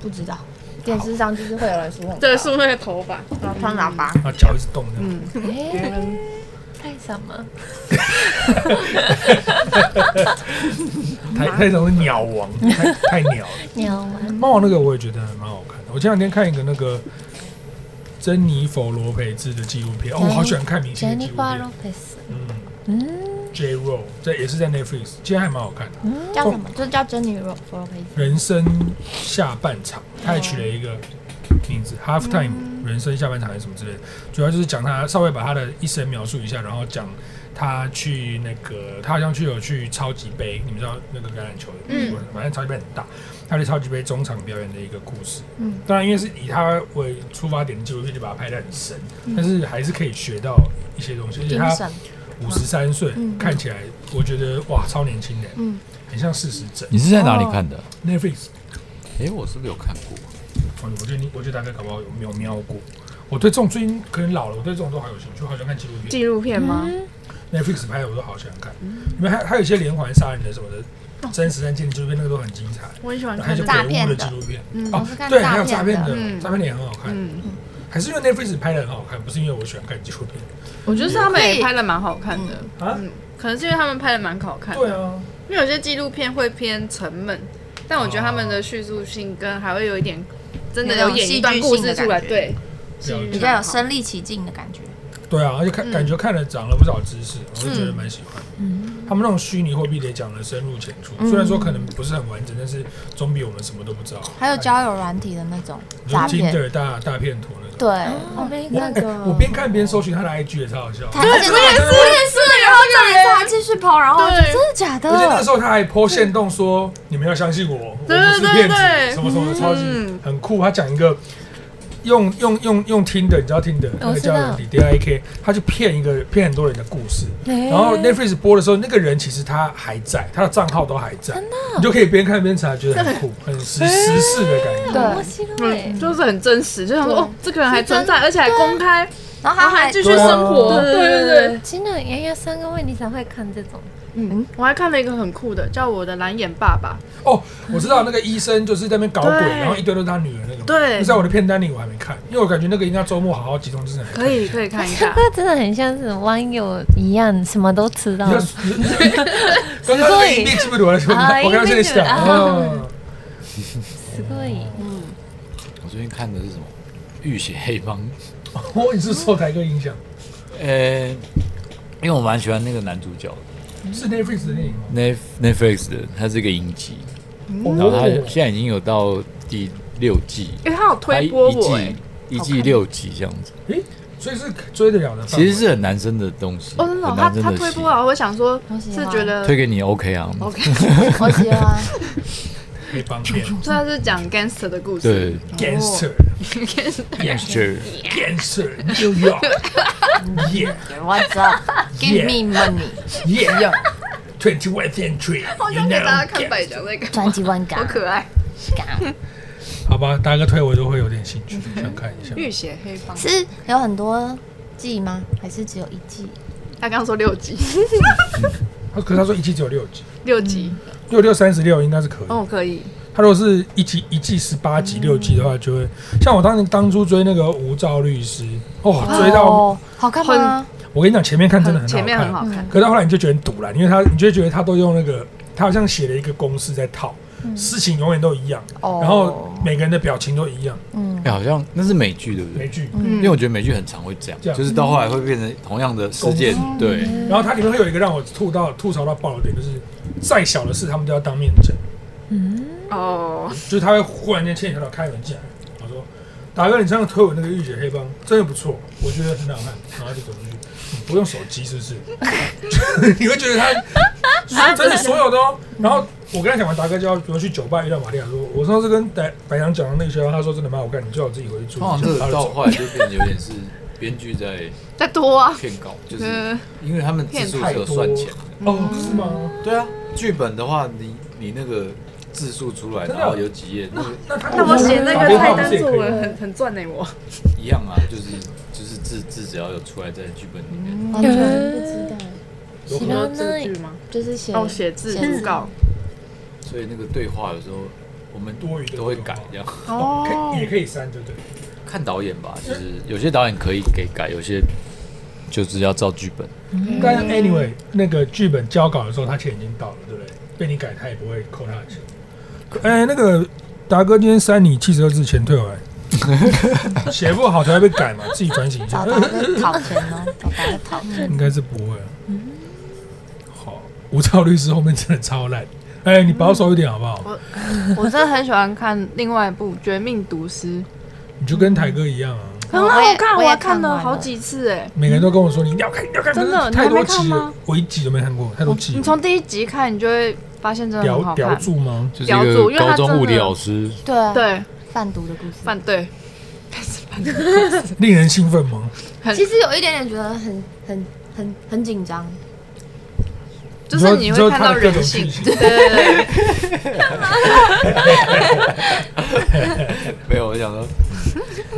[SPEAKER 6] 不知道。电视上就是会有人梳很高
[SPEAKER 5] 对，嗯是那个头发，
[SPEAKER 6] 然后穿喇叭，
[SPEAKER 3] 啊，脚一直动这
[SPEAKER 5] 嗯
[SPEAKER 3] 样。
[SPEAKER 4] 哎，泰森吗？
[SPEAKER 3] 太太种是鸟 王，太太鸟
[SPEAKER 6] 哎
[SPEAKER 3] 了。
[SPEAKER 4] 鸟王
[SPEAKER 3] 猫王那个我也觉得还蛮好看的。我前两天看一个那个珍妮佛罗培兹的纪录片，哦，我好喜欢看明星的纪录
[SPEAKER 4] Jennifer
[SPEAKER 3] 片。
[SPEAKER 4] Lopez，
[SPEAKER 3] 嗯
[SPEAKER 4] 嗯，
[SPEAKER 3] ，J. r o 这也是在 Netflix，今天还蛮好看的。
[SPEAKER 6] 叫什么？就叫珍妮罗弗洛佩兹。
[SPEAKER 3] 人生下半场，他也取了一个名字，Half Time，、人生下半场还是什么之类的，主要就是讲他稍微把他的一生描述一下，然后讲他去那个，他好像去有去超级杯，你们知道那个橄榄球，嗯，反正超级杯很大，他去超级杯中场表演的一个故事，嗯，当然因为是以他为出发点的纪录片，就把它拍得很深，但是还是可以学到一些东西，而且他
[SPEAKER 6] 精神
[SPEAKER 3] 五十三岁，看起来我觉得哇超年轻的，嗯，很像四十整
[SPEAKER 1] 你是在哪里看的？
[SPEAKER 3] ，Netflix。
[SPEAKER 1] 哎，哦我是不是有看过？
[SPEAKER 3] 哦我觉得你，我觉得大概搞不好有没有瞄过。我对这种最近可能老了，我对这种都好有兴趣，我好喜欢看纪录片
[SPEAKER 5] 纪录片吗？
[SPEAKER 3] ，Netflix 拍的我都好喜欢看。因为还还有一些连环杀人的什么的，真实案件的纪录片那个都很精彩，
[SPEAKER 5] 我哦很喜欢
[SPEAKER 3] 还有一
[SPEAKER 5] 看
[SPEAKER 3] 些
[SPEAKER 5] 这
[SPEAKER 3] 鬼
[SPEAKER 5] 个，
[SPEAKER 3] 屋的纪录片，
[SPEAKER 6] 我
[SPEAKER 3] 哦哎
[SPEAKER 6] 是看，
[SPEAKER 3] 对，
[SPEAKER 6] 诈
[SPEAKER 3] 还有诈骗
[SPEAKER 6] 骗的
[SPEAKER 3] 的，
[SPEAKER 5] 嗯
[SPEAKER 3] 诈骗的也很好看。
[SPEAKER 5] 嗯，
[SPEAKER 3] 还是因为 Netflix 拍的很好看，不是因为我喜欢看纪录片。
[SPEAKER 5] 我觉得是他们也拍的蛮好看的，
[SPEAKER 3] 啊，
[SPEAKER 5] 嗯，可能是因为他们拍的蛮好看的，
[SPEAKER 3] 对啊，
[SPEAKER 5] 因为有些纪录片会偏沉闷，但我觉得他们的叙述性跟还会有一点真的有演一段故事出来，
[SPEAKER 6] 有种戏剧性的感觉
[SPEAKER 5] 对，
[SPEAKER 3] 了
[SPEAKER 6] 比
[SPEAKER 3] 解。
[SPEAKER 6] 较有身临其境的感觉。
[SPEAKER 3] 对啊，而且看感觉看了长了不少知识，我就觉得蛮喜欢。他们那种虚拟货币得讲的深入浅出，虽然说可能不是很完整，但是总比我们什么都不知道好。
[SPEAKER 6] 还有交友软体的那种诈
[SPEAKER 3] 就是
[SPEAKER 6] 骗，
[SPEAKER 3] Tinder 大大片图那种。
[SPEAKER 6] 对，
[SPEAKER 3] 我哎、我边看边搜寻他的 IG 也超好笑。
[SPEAKER 6] 他而且我也是，我也是，然后这里是他继续跑，然后我就
[SPEAKER 5] 对
[SPEAKER 6] 真的假
[SPEAKER 3] 而且那个
[SPEAKER 6] 的？
[SPEAKER 3] 时候他还 po 线动说：“你们要相信我，我不
[SPEAKER 5] 对
[SPEAKER 3] 是
[SPEAKER 5] 对
[SPEAKER 3] 骗
[SPEAKER 5] 对
[SPEAKER 3] 子，什么什么超级
[SPEAKER 5] 嗯
[SPEAKER 3] 很酷。”他讲一个用用用用听的，你知道听的那个
[SPEAKER 4] 知道
[SPEAKER 3] 叫软体 D I K，他去骗一个骗很多人的故事。
[SPEAKER 4] 哎
[SPEAKER 3] 然后 Netflix 播的时候，那个人其实他还在，他的账号都还在，你就可以边看边查，觉得很酷，很时时事的感觉。
[SPEAKER 4] 面白い
[SPEAKER 5] 嗯，就是很真实，就想说哦，这个人还存在，而且还公开，
[SPEAKER 6] 然后他
[SPEAKER 5] 然后啊还
[SPEAKER 6] 还
[SPEAKER 5] 继续
[SPEAKER 1] 啊
[SPEAKER 5] 生活，对对对。
[SPEAKER 4] 真的洋洋三个问题才会看这种，
[SPEAKER 5] 嗯，我还看了一个很酷的，叫《我的蓝眼爸爸
[SPEAKER 3] 哦，我知道那个医生就是在那边搞鬼，
[SPEAKER 5] 对
[SPEAKER 3] 然后一堆都是他女儿那个嘛。
[SPEAKER 5] 对
[SPEAKER 3] 那在我的片单里我还没看，因为我感觉那个应该周末好好集中精神 来看。
[SPEAKER 5] 可以可以看一
[SPEAKER 4] 这
[SPEAKER 5] 下
[SPEAKER 4] 个。真的很像是网友一样，什么都知道
[SPEAKER 3] 你。要你 刚刚那一面是不是我来说？
[SPEAKER 5] 啊
[SPEAKER 4] あー
[SPEAKER 3] 我刚刚在想，哦，
[SPEAKER 4] すごい。
[SPEAKER 1] 我最近看的是什么？浴血黑帮。
[SPEAKER 3] 我哦也是受台哥影响，
[SPEAKER 1] 呃，因为我蛮喜欢那个男主角的
[SPEAKER 3] 是 Netflix 的电影吗？
[SPEAKER 1] Net Netflix 的，他是一个影集，嗯然后他
[SPEAKER 3] 哦，
[SPEAKER 1] 现在已经有到第六季，
[SPEAKER 5] 因为他有
[SPEAKER 1] 他一
[SPEAKER 5] 哎推播我、哎
[SPEAKER 1] 季一季六集这样子，
[SPEAKER 3] 诶，所以是追得了的范
[SPEAKER 1] 其
[SPEAKER 3] 围。
[SPEAKER 1] 实是很男生的东西，
[SPEAKER 5] 哦，真的哦，
[SPEAKER 1] 很
[SPEAKER 5] 他
[SPEAKER 1] 男生
[SPEAKER 5] 他
[SPEAKER 1] 的
[SPEAKER 5] 推
[SPEAKER 1] 戏
[SPEAKER 5] 播啊，我想说
[SPEAKER 4] 我喜
[SPEAKER 5] 是
[SPEAKER 4] 欢
[SPEAKER 5] 觉得
[SPEAKER 1] 推给你 OK 啊，
[SPEAKER 5] OK，
[SPEAKER 2] 我喜欢。
[SPEAKER 3] 黑帮片
[SPEAKER 5] 所以他是讲 gangster 的故
[SPEAKER 1] 对
[SPEAKER 5] 事，
[SPEAKER 3] ，Gangster
[SPEAKER 1] ，Gangster
[SPEAKER 3] Gangster New York，Yeah
[SPEAKER 2] What's up? Give
[SPEAKER 3] Yeah
[SPEAKER 2] me money.
[SPEAKER 3] Yeah Twenty One Century，
[SPEAKER 5] 好
[SPEAKER 3] you
[SPEAKER 5] 想给
[SPEAKER 3] know
[SPEAKER 5] 大家看百讲那个，
[SPEAKER 2] 专辑万
[SPEAKER 5] 好
[SPEAKER 2] 港，
[SPEAKER 5] 可爱，
[SPEAKER 3] 好吧，大哥推我都会有点兴趣，想看一下。
[SPEAKER 5] 浴血黑帮。
[SPEAKER 2] 是有很多季吗？还是只有一季？
[SPEAKER 5] 他刚刚说六集，
[SPEAKER 3] 他啊可是他说一季只有六集，
[SPEAKER 5] 六集，
[SPEAKER 3] 六六三十六应该是可以。
[SPEAKER 5] 哦，可以，
[SPEAKER 3] 他如果是一季一季十八集六季的话，就会像我当年当初追那个《无照律师》，哦，追到
[SPEAKER 2] 哦好看吗？
[SPEAKER 3] 我跟你讲，前面看真的很好看，
[SPEAKER 5] 前面很好看，
[SPEAKER 3] 可到后来你就觉得很堵了，因为他你就觉得他都用那个，他好像写了一个公式在套，
[SPEAKER 5] 嗯
[SPEAKER 3] 事情永远都一样，
[SPEAKER 2] 哦
[SPEAKER 3] 然后每个人的表情都一样，
[SPEAKER 1] 哎，好像那是美剧对不
[SPEAKER 3] 每
[SPEAKER 1] 对？
[SPEAKER 3] 句。
[SPEAKER 2] 嗯
[SPEAKER 5] 嗯
[SPEAKER 1] 因为我觉得美剧很常会这样，
[SPEAKER 3] 这样嗯
[SPEAKER 1] 就是到后来会变成同样的事件，对，
[SPEAKER 3] 然后它里面会有一个让我吐到吐槽到爆的点，就是再小的事他们都要当面整，
[SPEAKER 5] 哦，
[SPEAKER 3] 就是他会忽然间牵扯到开门进来，我说。达哥，你上次推我那个御姐黑帮真的不错，我觉得很好看，然后就走出去，嗯不用手机是不是？ 你会觉得他真的所有的哦。然后我跟他讲完，达哥就要比如去酒吧遇到玛利亚说，我上次跟白白羊讲的那个学校，他说真的蛮好看，你最好自己回去住。
[SPEAKER 1] 通常哦这
[SPEAKER 3] 就
[SPEAKER 1] 个
[SPEAKER 3] 是他就
[SPEAKER 1] 到
[SPEAKER 3] 走
[SPEAKER 1] 后来就变得有点是编剧在
[SPEAKER 5] 再多啊，
[SPEAKER 1] 骗稿，就是
[SPEAKER 5] 嗯
[SPEAKER 1] 因为他们字数
[SPEAKER 3] 太
[SPEAKER 1] 是
[SPEAKER 3] 多
[SPEAKER 1] 有算钱的。
[SPEAKER 3] 哦，是吗？
[SPEAKER 1] 对啊，剧本的话，你你那个字数出来，
[SPEAKER 3] 真的
[SPEAKER 1] 然后有几页，那个
[SPEAKER 3] 那他
[SPEAKER 5] 那我写那
[SPEAKER 3] 打
[SPEAKER 5] 个
[SPEAKER 3] 电话
[SPEAKER 5] 菜
[SPEAKER 3] 不是
[SPEAKER 5] 单
[SPEAKER 3] 也可
[SPEAKER 5] 作
[SPEAKER 3] 以
[SPEAKER 5] 文很很赚呢，我
[SPEAKER 1] 一样 啊，就是就是字字只要有出来在剧本里面，
[SPEAKER 2] 完全不知道，
[SPEAKER 3] 有可
[SPEAKER 4] 知道
[SPEAKER 3] 能
[SPEAKER 5] 这个剧吗？
[SPEAKER 2] 就是写嗯
[SPEAKER 5] 哦，写字
[SPEAKER 2] 写
[SPEAKER 5] 读稿，
[SPEAKER 1] 所以那个对话有时候我们
[SPEAKER 3] 多余的
[SPEAKER 1] 都会改这样。
[SPEAKER 5] 哦
[SPEAKER 3] 可以也可以删，对不对？
[SPEAKER 1] 看导演吧，就是有些导演可以给改，有些就是要照剧本。
[SPEAKER 3] 但 anyway，那个剧本交稿的时候，他钱已经到了，对不对？被你改，他也不会扣他的钱。可哎、那个达哥今天删你七十二字，钱退回来， 写不好才会被改嘛，自己反省一 下
[SPEAKER 2] 找。达哥讨钱 哦，找达哥讨钱。
[SPEAKER 3] 应该是不会、啊。
[SPEAKER 5] 嗯
[SPEAKER 3] 好，吴超律师后面真的超烂。哎、你保守一点好不好？
[SPEAKER 5] 我真的很喜欢看另外一部《绝命毒师
[SPEAKER 3] 你就跟台哥一样啊，》，
[SPEAKER 5] 很
[SPEAKER 2] 我也
[SPEAKER 5] 好看，
[SPEAKER 2] 我
[SPEAKER 5] 我
[SPEAKER 2] 也
[SPEAKER 5] 还
[SPEAKER 2] 看
[SPEAKER 5] 看了
[SPEAKER 2] 完
[SPEAKER 5] 好
[SPEAKER 2] 了
[SPEAKER 5] 几次哎。
[SPEAKER 3] 每个人都跟我说你一定要看，一定要看，
[SPEAKER 5] 嗯真的
[SPEAKER 3] 可是
[SPEAKER 5] 你还
[SPEAKER 3] 太
[SPEAKER 5] 没
[SPEAKER 3] 多集
[SPEAKER 5] 看
[SPEAKER 3] 了
[SPEAKER 5] 吗，嗯
[SPEAKER 3] 我一集都没看过，太多集了。
[SPEAKER 5] 你从第一集看，你就会发现真的很
[SPEAKER 3] 屌
[SPEAKER 5] 好
[SPEAKER 3] 屌
[SPEAKER 5] 看。
[SPEAKER 3] 住吗？
[SPEAKER 1] 就是
[SPEAKER 5] 标
[SPEAKER 1] 一
[SPEAKER 5] 注
[SPEAKER 1] 个
[SPEAKER 5] 因为
[SPEAKER 1] 高
[SPEAKER 5] 他真
[SPEAKER 1] 中
[SPEAKER 5] 的
[SPEAKER 1] 物理老师，
[SPEAKER 2] 对啊，
[SPEAKER 5] 对，
[SPEAKER 2] 贩毒的故事，
[SPEAKER 5] 反对，
[SPEAKER 3] 令人兴奋吗？
[SPEAKER 2] 其实有一点点觉得很很很很紧张，
[SPEAKER 5] 就是你会
[SPEAKER 3] 你说
[SPEAKER 5] 看到
[SPEAKER 3] 他的各种
[SPEAKER 5] 人性
[SPEAKER 3] 剧。情
[SPEAKER 5] 对 对对，对
[SPEAKER 1] 没有，我想 说，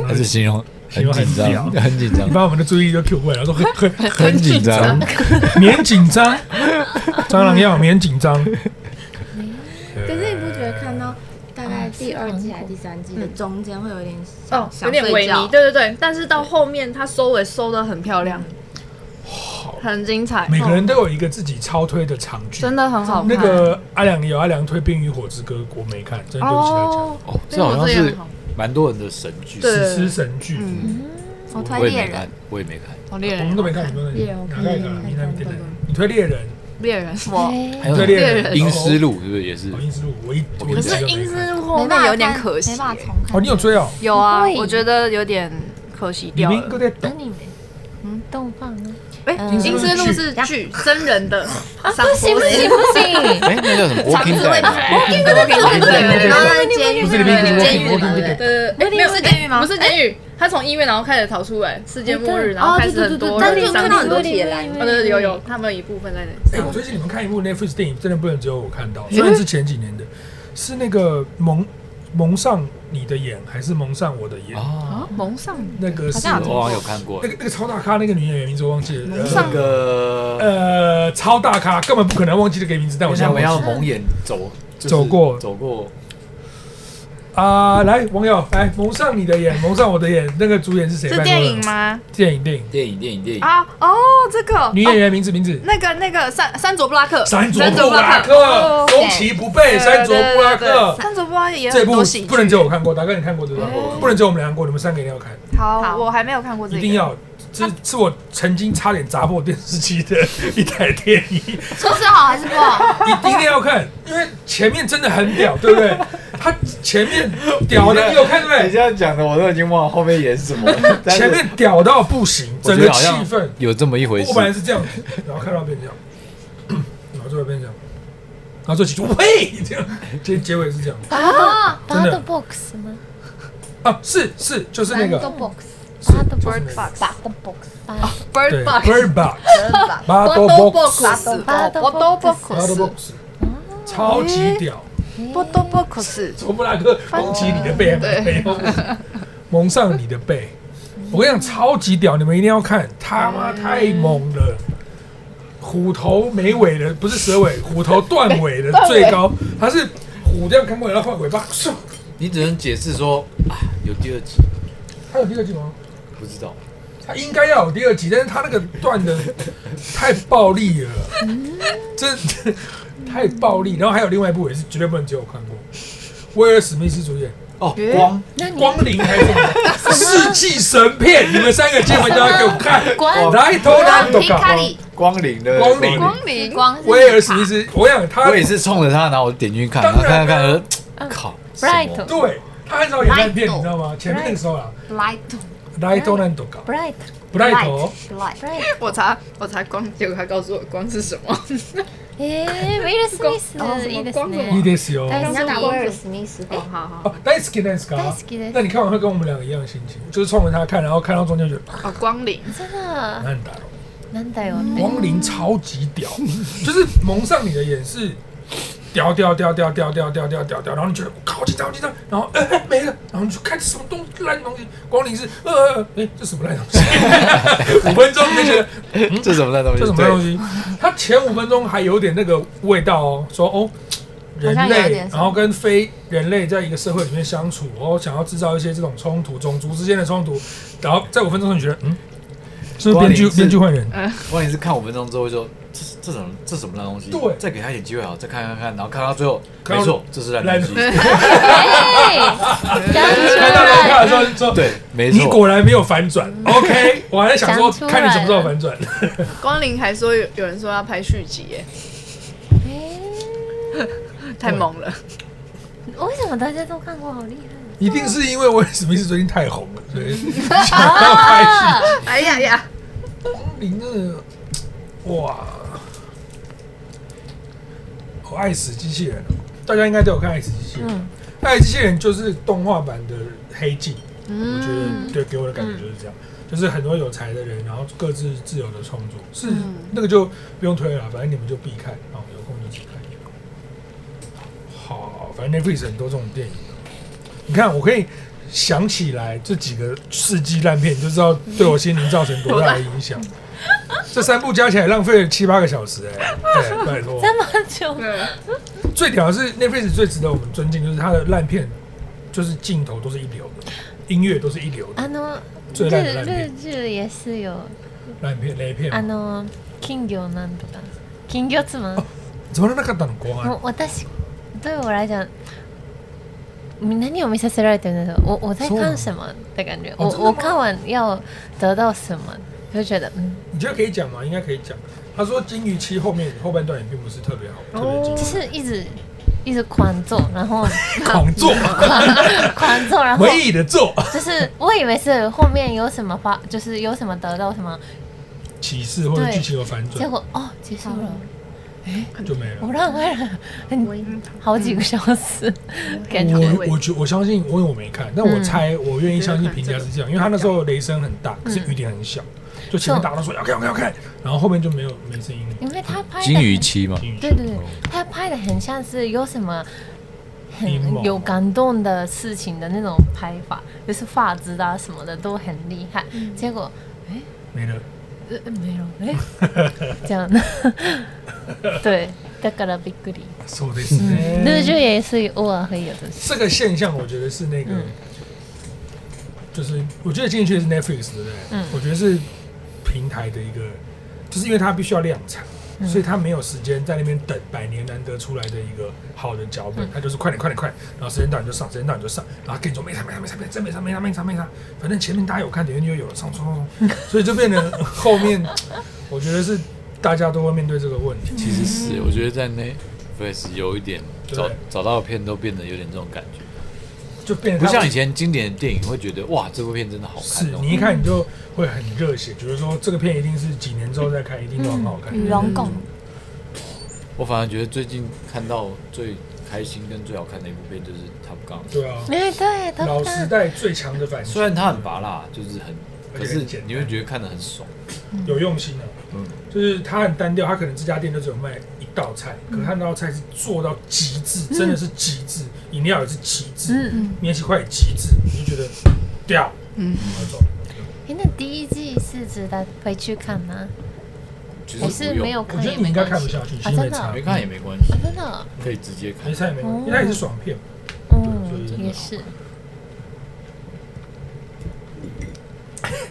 [SPEAKER 1] 还是形容
[SPEAKER 3] 形容
[SPEAKER 1] 很
[SPEAKER 3] 很
[SPEAKER 1] 紧张，
[SPEAKER 3] 屌
[SPEAKER 1] 很紧
[SPEAKER 3] 你
[SPEAKER 1] 张，
[SPEAKER 3] 把我们的注意力都 Q 过来，然后说很很
[SPEAKER 1] 很紧张。
[SPEAKER 3] 免紧张，蟑螂要免紧张。可
[SPEAKER 6] 可是你不觉得看到大概第二季还是第三季的中间会有一点想
[SPEAKER 5] 哦，有
[SPEAKER 6] 想
[SPEAKER 5] 点
[SPEAKER 6] 睡
[SPEAKER 5] 萎
[SPEAKER 6] 觉
[SPEAKER 5] 靡。？对对对，但是到后面他收尾收的很漂亮，很精彩，哦
[SPEAKER 3] 每个人都有一个自己超推的长剧。
[SPEAKER 5] 真的很好看。
[SPEAKER 3] 那个阿良有阿良推《冰与火之歌》，我没看，真的对不起大家。
[SPEAKER 5] 哦，
[SPEAKER 1] 哦，这好像
[SPEAKER 5] 这个
[SPEAKER 1] 是
[SPEAKER 5] 很好
[SPEAKER 1] 蛮多人的神剧，
[SPEAKER 5] 对
[SPEAKER 3] 史诗神剧，
[SPEAKER 5] 嗯，
[SPEAKER 1] 我
[SPEAKER 2] 我推
[SPEAKER 1] 也
[SPEAKER 2] 猎
[SPEAKER 1] 没
[SPEAKER 2] 人
[SPEAKER 1] 看，我也没看。
[SPEAKER 5] 哦，猎
[SPEAKER 3] 我们
[SPEAKER 5] 人
[SPEAKER 3] 都，没看，你们
[SPEAKER 6] 猎人我
[SPEAKER 3] 哪
[SPEAKER 6] 看
[SPEAKER 3] 个
[SPEAKER 6] 猎人
[SPEAKER 3] 你
[SPEAKER 6] 看
[SPEAKER 3] 看
[SPEAKER 6] 看
[SPEAKER 3] 猎人
[SPEAKER 6] 看？
[SPEAKER 3] 你推猎人，
[SPEAKER 5] 猎人，
[SPEAKER 6] 哎
[SPEAKER 1] 还有
[SPEAKER 3] 对猎人
[SPEAKER 1] 《阴尸路》是不是也是
[SPEAKER 3] 哦，？英之路，我一我一
[SPEAKER 5] 可
[SPEAKER 3] 集都
[SPEAKER 5] 是
[SPEAKER 3] 没
[SPEAKER 5] 英
[SPEAKER 3] 看
[SPEAKER 5] 之路后
[SPEAKER 2] 没办
[SPEAKER 5] 面
[SPEAKER 2] 法
[SPEAKER 5] 有点
[SPEAKER 2] 看
[SPEAKER 5] 可惜
[SPEAKER 2] 没。办法重看。
[SPEAKER 3] 哦，你有追哦？
[SPEAKER 5] 有啊，
[SPEAKER 4] 不会
[SPEAKER 5] 我觉得有点可惜
[SPEAKER 3] 里
[SPEAKER 5] 掉
[SPEAKER 3] 面都
[SPEAKER 5] 了。
[SPEAKER 3] 在
[SPEAKER 4] 那
[SPEAKER 3] 懂，
[SPEAKER 4] 你们，嗯，动放啊？
[SPEAKER 5] 哎，
[SPEAKER 2] 嗯
[SPEAKER 5] 英之路是剧，真人的，
[SPEAKER 2] 啊
[SPEAKER 5] 上
[SPEAKER 4] 不行不行不行！
[SPEAKER 1] 哎，那叫什么？Walking Dead 吗。
[SPEAKER 5] 对对对
[SPEAKER 6] 然后在监狱
[SPEAKER 3] 不是里面
[SPEAKER 6] 对
[SPEAKER 3] 一
[SPEAKER 6] 监
[SPEAKER 3] 个
[SPEAKER 6] 狱
[SPEAKER 3] walking walking dead，
[SPEAKER 5] 对对，
[SPEAKER 2] 那
[SPEAKER 5] 没有
[SPEAKER 2] 不是监狱吗
[SPEAKER 5] 不是监狱，他从医院然后开始逃出来，世界末日，然后
[SPEAKER 2] 哦
[SPEAKER 5] 开
[SPEAKER 2] 对
[SPEAKER 5] 始
[SPEAKER 2] 对对
[SPEAKER 5] 很
[SPEAKER 2] 对，
[SPEAKER 5] 多
[SPEAKER 2] 但是
[SPEAKER 5] 人
[SPEAKER 2] 有
[SPEAKER 5] 上
[SPEAKER 2] 看
[SPEAKER 5] 去
[SPEAKER 2] 到
[SPEAKER 5] 哦
[SPEAKER 2] 很多铁栏，
[SPEAKER 5] 对对有有，他们有一部分在那
[SPEAKER 3] 哎，
[SPEAKER 5] 里
[SPEAKER 3] 我。最近你们看一部 Netflix 电影，真的不能只有我看
[SPEAKER 5] 嗯
[SPEAKER 3] 到，虽然是前几年的，是那个蒙蒙上你的眼，还是蒙上我的眼？
[SPEAKER 5] 哦
[SPEAKER 1] 啊，
[SPEAKER 5] 蒙上
[SPEAKER 3] 那个是
[SPEAKER 1] 我好像有看过
[SPEAKER 3] 那。个那个超大咖那个女演员名字我忘记了，
[SPEAKER 1] 那
[SPEAKER 3] 呃
[SPEAKER 1] 个
[SPEAKER 3] 呃，超大咖根本不可能忘记这个名字，但
[SPEAKER 1] 我
[SPEAKER 3] 我现
[SPEAKER 1] 想
[SPEAKER 3] 在
[SPEAKER 1] 我要
[SPEAKER 3] 忘记
[SPEAKER 1] 蒙眼走，就是
[SPEAKER 3] 走过
[SPEAKER 1] 走过，
[SPEAKER 3] 啊，来，网友来蒙上你的眼，蒙上我的眼，那个主演是谁？
[SPEAKER 5] 是电影？吗？
[SPEAKER 3] 电影电影，
[SPEAKER 1] 电影电影电影，
[SPEAKER 5] 啊，哦，这个
[SPEAKER 3] 女演
[SPEAKER 5] 哦
[SPEAKER 3] 员名字名字。
[SPEAKER 5] 那个那个山山卓布拉克，
[SPEAKER 3] 山卓布拉克，
[SPEAKER 5] 哦
[SPEAKER 3] 攻其不备，山哎卓布拉
[SPEAKER 5] 对对对
[SPEAKER 3] 克
[SPEAKER 5] 对。山卓布拉克也
[SPEAKER 3] 这
[SPEAKER 5] 很
[SPEAKER 3] 部
[SPEAKER 5] 多喜
[SPEAKER 3] 不能
[SPEAKER 5] 剧。
[SPEAKER 3] 只有我看过，达哥你看过对不对？不能只有我们两个看过，你们三个一定要看，
[SPEAKER 5] 好，我还没有看过这个，
[SPEAKER 3] 一定要。这是我曾经差点砸破电视机的一台电影，
[SPEAKER 6] 说是好还是 不好？
[SPEAKER 3] 一定要看，因为前面真的很 屌，对不对？他前面屌的，你有看对不对
[SPEAKER 7] 你？这样讲的，我都已经忘了后面演什么了。但是
[SPEAKER 3] 前面屌到不行，
[SPEAKER 1] 我
[SPEAKER 3] 整
[SPEAKER 1] 觉
[SPEAKER 3] 个
[SPEAKER 1] 得好
[SPEAKER 3] 气
[SPEAKER 1] 像
[SPEAKER 3] 氛。
[SPEAKER 1] 有这么一回
[SPEAKER 3] 我
[SPEAKER 1] 事。
[SPEAKER 3] 本来是这样，然后看到变这样， 然后最后变这样，然后最后起就呸这样，结结尾是这样
[SPEAKER 4] 啊，
[SPEAKER 3] 真的
[SPEAKER 4] Bad Box 吗
[SPEAKER 3] 啊，是是就是那个
[SPEAKER 4] ？Bad Box。
[SPEAKER 3] 是
[SPEAKER 4] Bad
[SPEAKER 3] 就是那
[SPEAKER 4] Box
[SPEAKER 3] 个
[SPEAKER 4] Bad Box Bad
[SPEAKER 3] 对
[SPEAKER 5] Bird Box。
[SPEAKER 3] Bird Box，Bado Box，Bado
[SPEAKER 4] Box
[SPEAKER 5] 我都 box，
[SPEAKER 3] Box，超级屌，
[SPEAKER 5] 我都 box，
[SPEAKER 3] 卓布拉克攻击你的背，没有蒙上你的背，我跟你讲超级屌，你们一定要看，他妈太猛了。虎头没尾的，不是蛇尾，虎头 断尾的最高，它是虎这样看过来，然后换尾巴，嗖
[SPEAKER 7] 你只能解释说啊，有第二集，
[SPEAKER 3] 它有第二季吗？
[SPEAKER 7] 不知道。
[SPEAKER 3] 他应该要有第二集，但是他那个断的太暴力了，真的 太暴力。然后还有另外一部也是绝对不能只有我看过，威尔史密斯主演
[SPEAKER 7] 哦，光
[SPEAKER 3] 《光临》还是什么世纪神片，你们三个今天回家给我看，
[SPEAKER 4] 光
[SPEAKER 3] 来偷懒都
[SPEAKER 6] 皮卡里
[SPEAKER 7] 光领的
[SPEAKER 3] 光领
[SPEAKER 5] 光临
[SPEAKER 6] 光是
[SPEAKER 3] 威尔史密斯，我想他
[SPEAKER 7] 我也是冲着他，然后我点进去看，然后
[SPEAKER 3] 当然
[SPEAKER 7] 看
[SPEAKER 1] 呃
[SPEAKER 7] 看看，
[SPEAKER 5] 嗯
[SPEAKER 7] 靠
[SPEAKER 4] Bright
[SPEAKER 7] 什么
[SPEAKER 3] 对他很少演烂片，你知道吗？前面那个时候啊，
[SPEAKER 6] light
[SPEAKER 3] 来偷懒都搞
[SPEAKER 4] Bright
[SPEAKER 3] 不带头，
[SPEAKER 6] light，
[SPEAKER 4] Bright，
[SPEAKER 5] 我查我查光，结果他告诉我光是什么。
[SPEAKER 4] 诶，威尔史密斯
[SPEAKER 5] 光
[SPEAKER 4] いいです
[SPEAKER 5] 光
[SPEAKER 3] いい
[SPEAKER 4] ね。
[SPEAKER 3] ですよ。
[SPEAKER 4] 大好
[SPEAKER 6] 要打威
[SPEAKER 4] き。
[SPEAKER 6] 尔史密斯
[SPEAKER 5] 哦，好好
[SPEAKER 3] 哦，大好きです
[SPEAKER 4] 大
[SPEAKER 3] か
[SPEAKER 4] 好？きです
[SPEAKER 3] 那。你看完会跟我们两个一样的心情，就是冲着他看，然后看到中间就啊
[SPEAKER 5] 哦，光临
[SPEAKER 4] 真的，
[SPEAKER 3] 难打了。
[SPEAKER 4] なんだよって。
[SPEAKER 3] 光临超级屌，就是蒙上你的眼是屌屌屌屌屌屌屌屌屌屌，然后你觉得我靠紧张好紧张，然后哎、哎没了，然后你就看什么东西烂东西，光临是呃哎、这什么烂东西， 五分钟你就觉得
[SPEAKER 1] 嗯
[SPEAKER 7] 这什么烂东西？
[SPEAKER 3] 这什么烂东西，它前五分钟还有点那个味道哦，说哦。人
[SPEAKER 6] 好像有
[SPEAKER 3] 类
[SPEAKER 6] 点，什么
[SPEAKER 3] 然后跟非人类在一个社会里面相处，然后想要制造一些这种冲突，种族之间的冲突，然后在五分钟后你觉得，嗯，是不是编剧
[SPEAKER 7] 光临是
[SPEAKER 3] 编剧换人？
[SPEAKER 7] 对关键是看五分钟之后就这这什么这什么烂东西？
[SPEAKER 3] 对
[SPEAKER 7] 再给他一点机会好，再看看看，然后看到最后，
[SPEAKER 3] 看到
[SPEAKER 7] 没错，这是烂
[SPEAKER 3] 烂
[SPEAKER 7] 东西。
[SPEAKER 4] 哎，讲出
[SPEAKER 3] 看到没有看
[SPEAKER 4] 来。
[SPEAKER 3] 的时候就 说，
[SPEAKER 7] 对，没
[SPEAKER 3] 你
[SPEAKER 7] 错。
[SPEAKER 3] 果然没有反转。OK，我还在想说
[SPEAKER 4] 讲出，来
[SPEAKER 3] 看你什么时候反转。
[SPEAKER 5] 光临还说有有人说要拍续集耶，太猛了。
[SPEAKER 4] 为什么大家都看过？好厉
[SPEAKER 3] 一定是因为威尔史密斯最近太红了， 所以想要拍戏。
[SPEAKER 4] 害！
[SPEAKER 5] 哎呀呀，
[SPEAKER 3] 你那哇，我爱死机器人了！大家应该都有看《爱死机器人》爱死机器人》就是动画版的黑镜，我觉得对给我的感觉就是这样。就是很多有才的人，然后各自自由的创作，是、那个就不用推了啦，反正你们就必看，然后有空就去看。好，反正 Netflix 很多这种电影啊，你看我可以想起来这几个世纪烂片，你就知道对我心灵造成多大的影响。这三部加起来浪费了七八个小时、哎，对，拜托。
[SPEAKER 4] 这么久，
[SPEAKER 3] 最屌的是 Netflix 最值得我们尊敬，就是它的烂片，就是镜头都是一流的，音乐都是一流的
[SPEAKER 4] あの日
[SPEAKER 3] 最烂的烂
[SPEAKER 4] 日
[SPEAKER 3] 片，
[SPEAKER 4] 剧也是有
[SPEAKER 3] 烂片雷片
[SPEAKER 4] あ
[SPEAKER 3] 嘛。
[SPEAKER 4] の金魚なんとか金魚妻。
[SPEAKER 3] 怎么能那个等光
[SPEAKER 4] も
[SPEAKER 3] 啊？
[SPEAKER 4] う私对我来讲。何を見させられてるんですか我我在看什么的感觉，我
[SPEAKER 3] 哦真的吗
[SPEAKER 4] 我看完要得到什么，就觉得嗯，
[SPEAKER 3] 你觉得可以讲吗？应该可以讲。他说《金鱼期》后面后半段也并不是特别好，特别精彩
[SPEAKER 4] 就是一直一直狂做，然后
[SPEAKER 3] 狂做，
[SPEAKER 4] 狂做，然后
[SPEAKER 3] 唯一的做，
[SPEAKER 4] 就是我以为是后面有什么发，就是有什么得到什么，
[SPEAKER 3] 启示或者
[SPEAKER 4] 对
[SPEAKER 3] 剧情有反
[SPEAKER 4] 结
[SPEAKER 3] 转
[SPEAKER 4] 果哦结束了，
[SPEAKER 3] 就没了
[SPEAKER 4] 我。浪费了很好几个小时，
[SPEAKER 2] 嗯
[SPEAKER 4] 感觉
[SPEAKER 3] 我我觉我相信，因为我没看，但我
[SPEAKER 4] 嗯
[SPEAKER 3] 猜，我愿意相信
[SPEAKER 5] 嗯
[SPEAKER 3] 评价是这样，因为他那时候雷声很大，
[SPEAKER 4] 嗯
[SPEAKER 3] 可是雨点很小，就前面大家都说要看要看要看，然后后面就没有没声音了。
[SPEAKER 4] 因为他拍的
[SPEAKER 1] 金鱼期嘛，
[SPEAKER 3] 听
[SPEAKER 4] 对对对，他拍的很像是有什么
[SPEAKER 3] 阴谋
[SPEAKER 4] 很有感动的事情的那种拍法，就是发质啊什么的都很厉害。
[SPEAKER 2] 嗯
[SPEAKER 4] 结果
[SPEAKER 3] 没了。
[SPEAKER 4] 呃没有哎，这样的，对，だからびっくり。
[SPEAKER 3] そうですね。
[SPEAKER 4] ルージュ也是偶尔会有的事。
[SPEAKER 3] 这个现象，我觉得是那个，
[SPEAKER 4] 嗯
[SPEAKER 3] 就是我觉得进去是 Netflix 对不对？
[SPEAKER 4] 嗯
[SPEAKER 3] 我觉得是平台的一个，就是因为它必须要量产，所以它没有时间在那边等百年难得出来的一个好的脚本，它就是快点快点快，然后时间到你就上，时间到你就上，然后跟你说没啥没啥没啥没啥真没啥没啥没啥没啥，反正前面大家有看，点进去就有了，上冲冲冲，所以就变成后面，我觉得是大家都会面对这个问题。
[SPEAKER 1] 其实是，我觉得在 Netflix 有一点找
[SPEAKER 3] 对
[SPEAKER 1] 找到的片都变得有点这种感觉，
[SPEAKER 3] 就变得
[SPEAKER 1] 不
[SPEAKER 3] 它
[SPEAKER 1] 像以前经典的电影会觉得哇这部片真的好
[SPEAKER 3] 是
[SPEAKER 1] 看哦，
[SPEAKER 3] 你一看你就会很热血，觉得说这个片一定是几年之后再看，一定都很好看。
[SPEAKER 4] 嗯
[SPEAKER 2] 与龙共
[SPEAKER 1] 我反而觉得最近看到最开心跟最好看的一部片就是《Top Gun》，
[SPEAKER 3] 对啊，
[SPEAKER 4] 哎，对，他
[SPEAKER 3] 老时代最强的反
[SPEAKER 1] 虽
[SPEAKER 3] 击，
[SPEAKER 1] 然它很拔辣，就是很，
[SPEAKER 3] 而
[SPEAKER 1] 可
[SPEAKER 3] 且
[SPEAKER 1] 是
[SPEAKER 3] 很简单
[SPEAKER 1] 你会觉得看得很爽。
[SPEAKER 3] 有用心啊。就是它很单调，它可能这家店就只有卖一道菜，可是它那道菜是做到极致，真的是极致，饮料也是极致，
[SPEAKER 4] 嗯，
[SPEAKER 3] 面食块也极致，你就觉得屌，嗯，我走。
[SPEAKER 4] 哎，那第一季是值得回去看吗？
[SPEAKER 1] 其
[SPEAKER 4] 还
[SPEAKER 1] 实
[SPEAKER 4] 是
[SPEAKER 1] 不用
[SPEAKER 4] 没有
[SPEAKER 3] 我
[SPEAKER 4] 看
[SPEAKER 3] 觉得
[SPEAKER 4] 也
[SPEAKER 3] 你
[SPEAKER 4] 没
[SPEAKER 3] 应该
[SPEAKER 4] 关
[SPEAKER 3] 看不
[SPEAKER 4] 系
[SPEAKER 3] 下去，
[SPEAKER 4] 啊
[SPEAKER 3] 其实没
[SPEAKER 4] 真的
[SPEAKER 3] 差
[SPEAKER 4] 啊
[SPEAKER 1] 没，看也没关系
[SPEAKER 4] 啊，，真的，
[SPEAKER 1] 可以直接看
[SPEAKER 3] 没。差也没关
[SPEAKER 4] 哦
[SPEAKER 3] 系，因为它也是爽片，
[SPEAKER 4] 嗯
[SPEAKER 3] 所，以
[SPEAKER 4] 也是，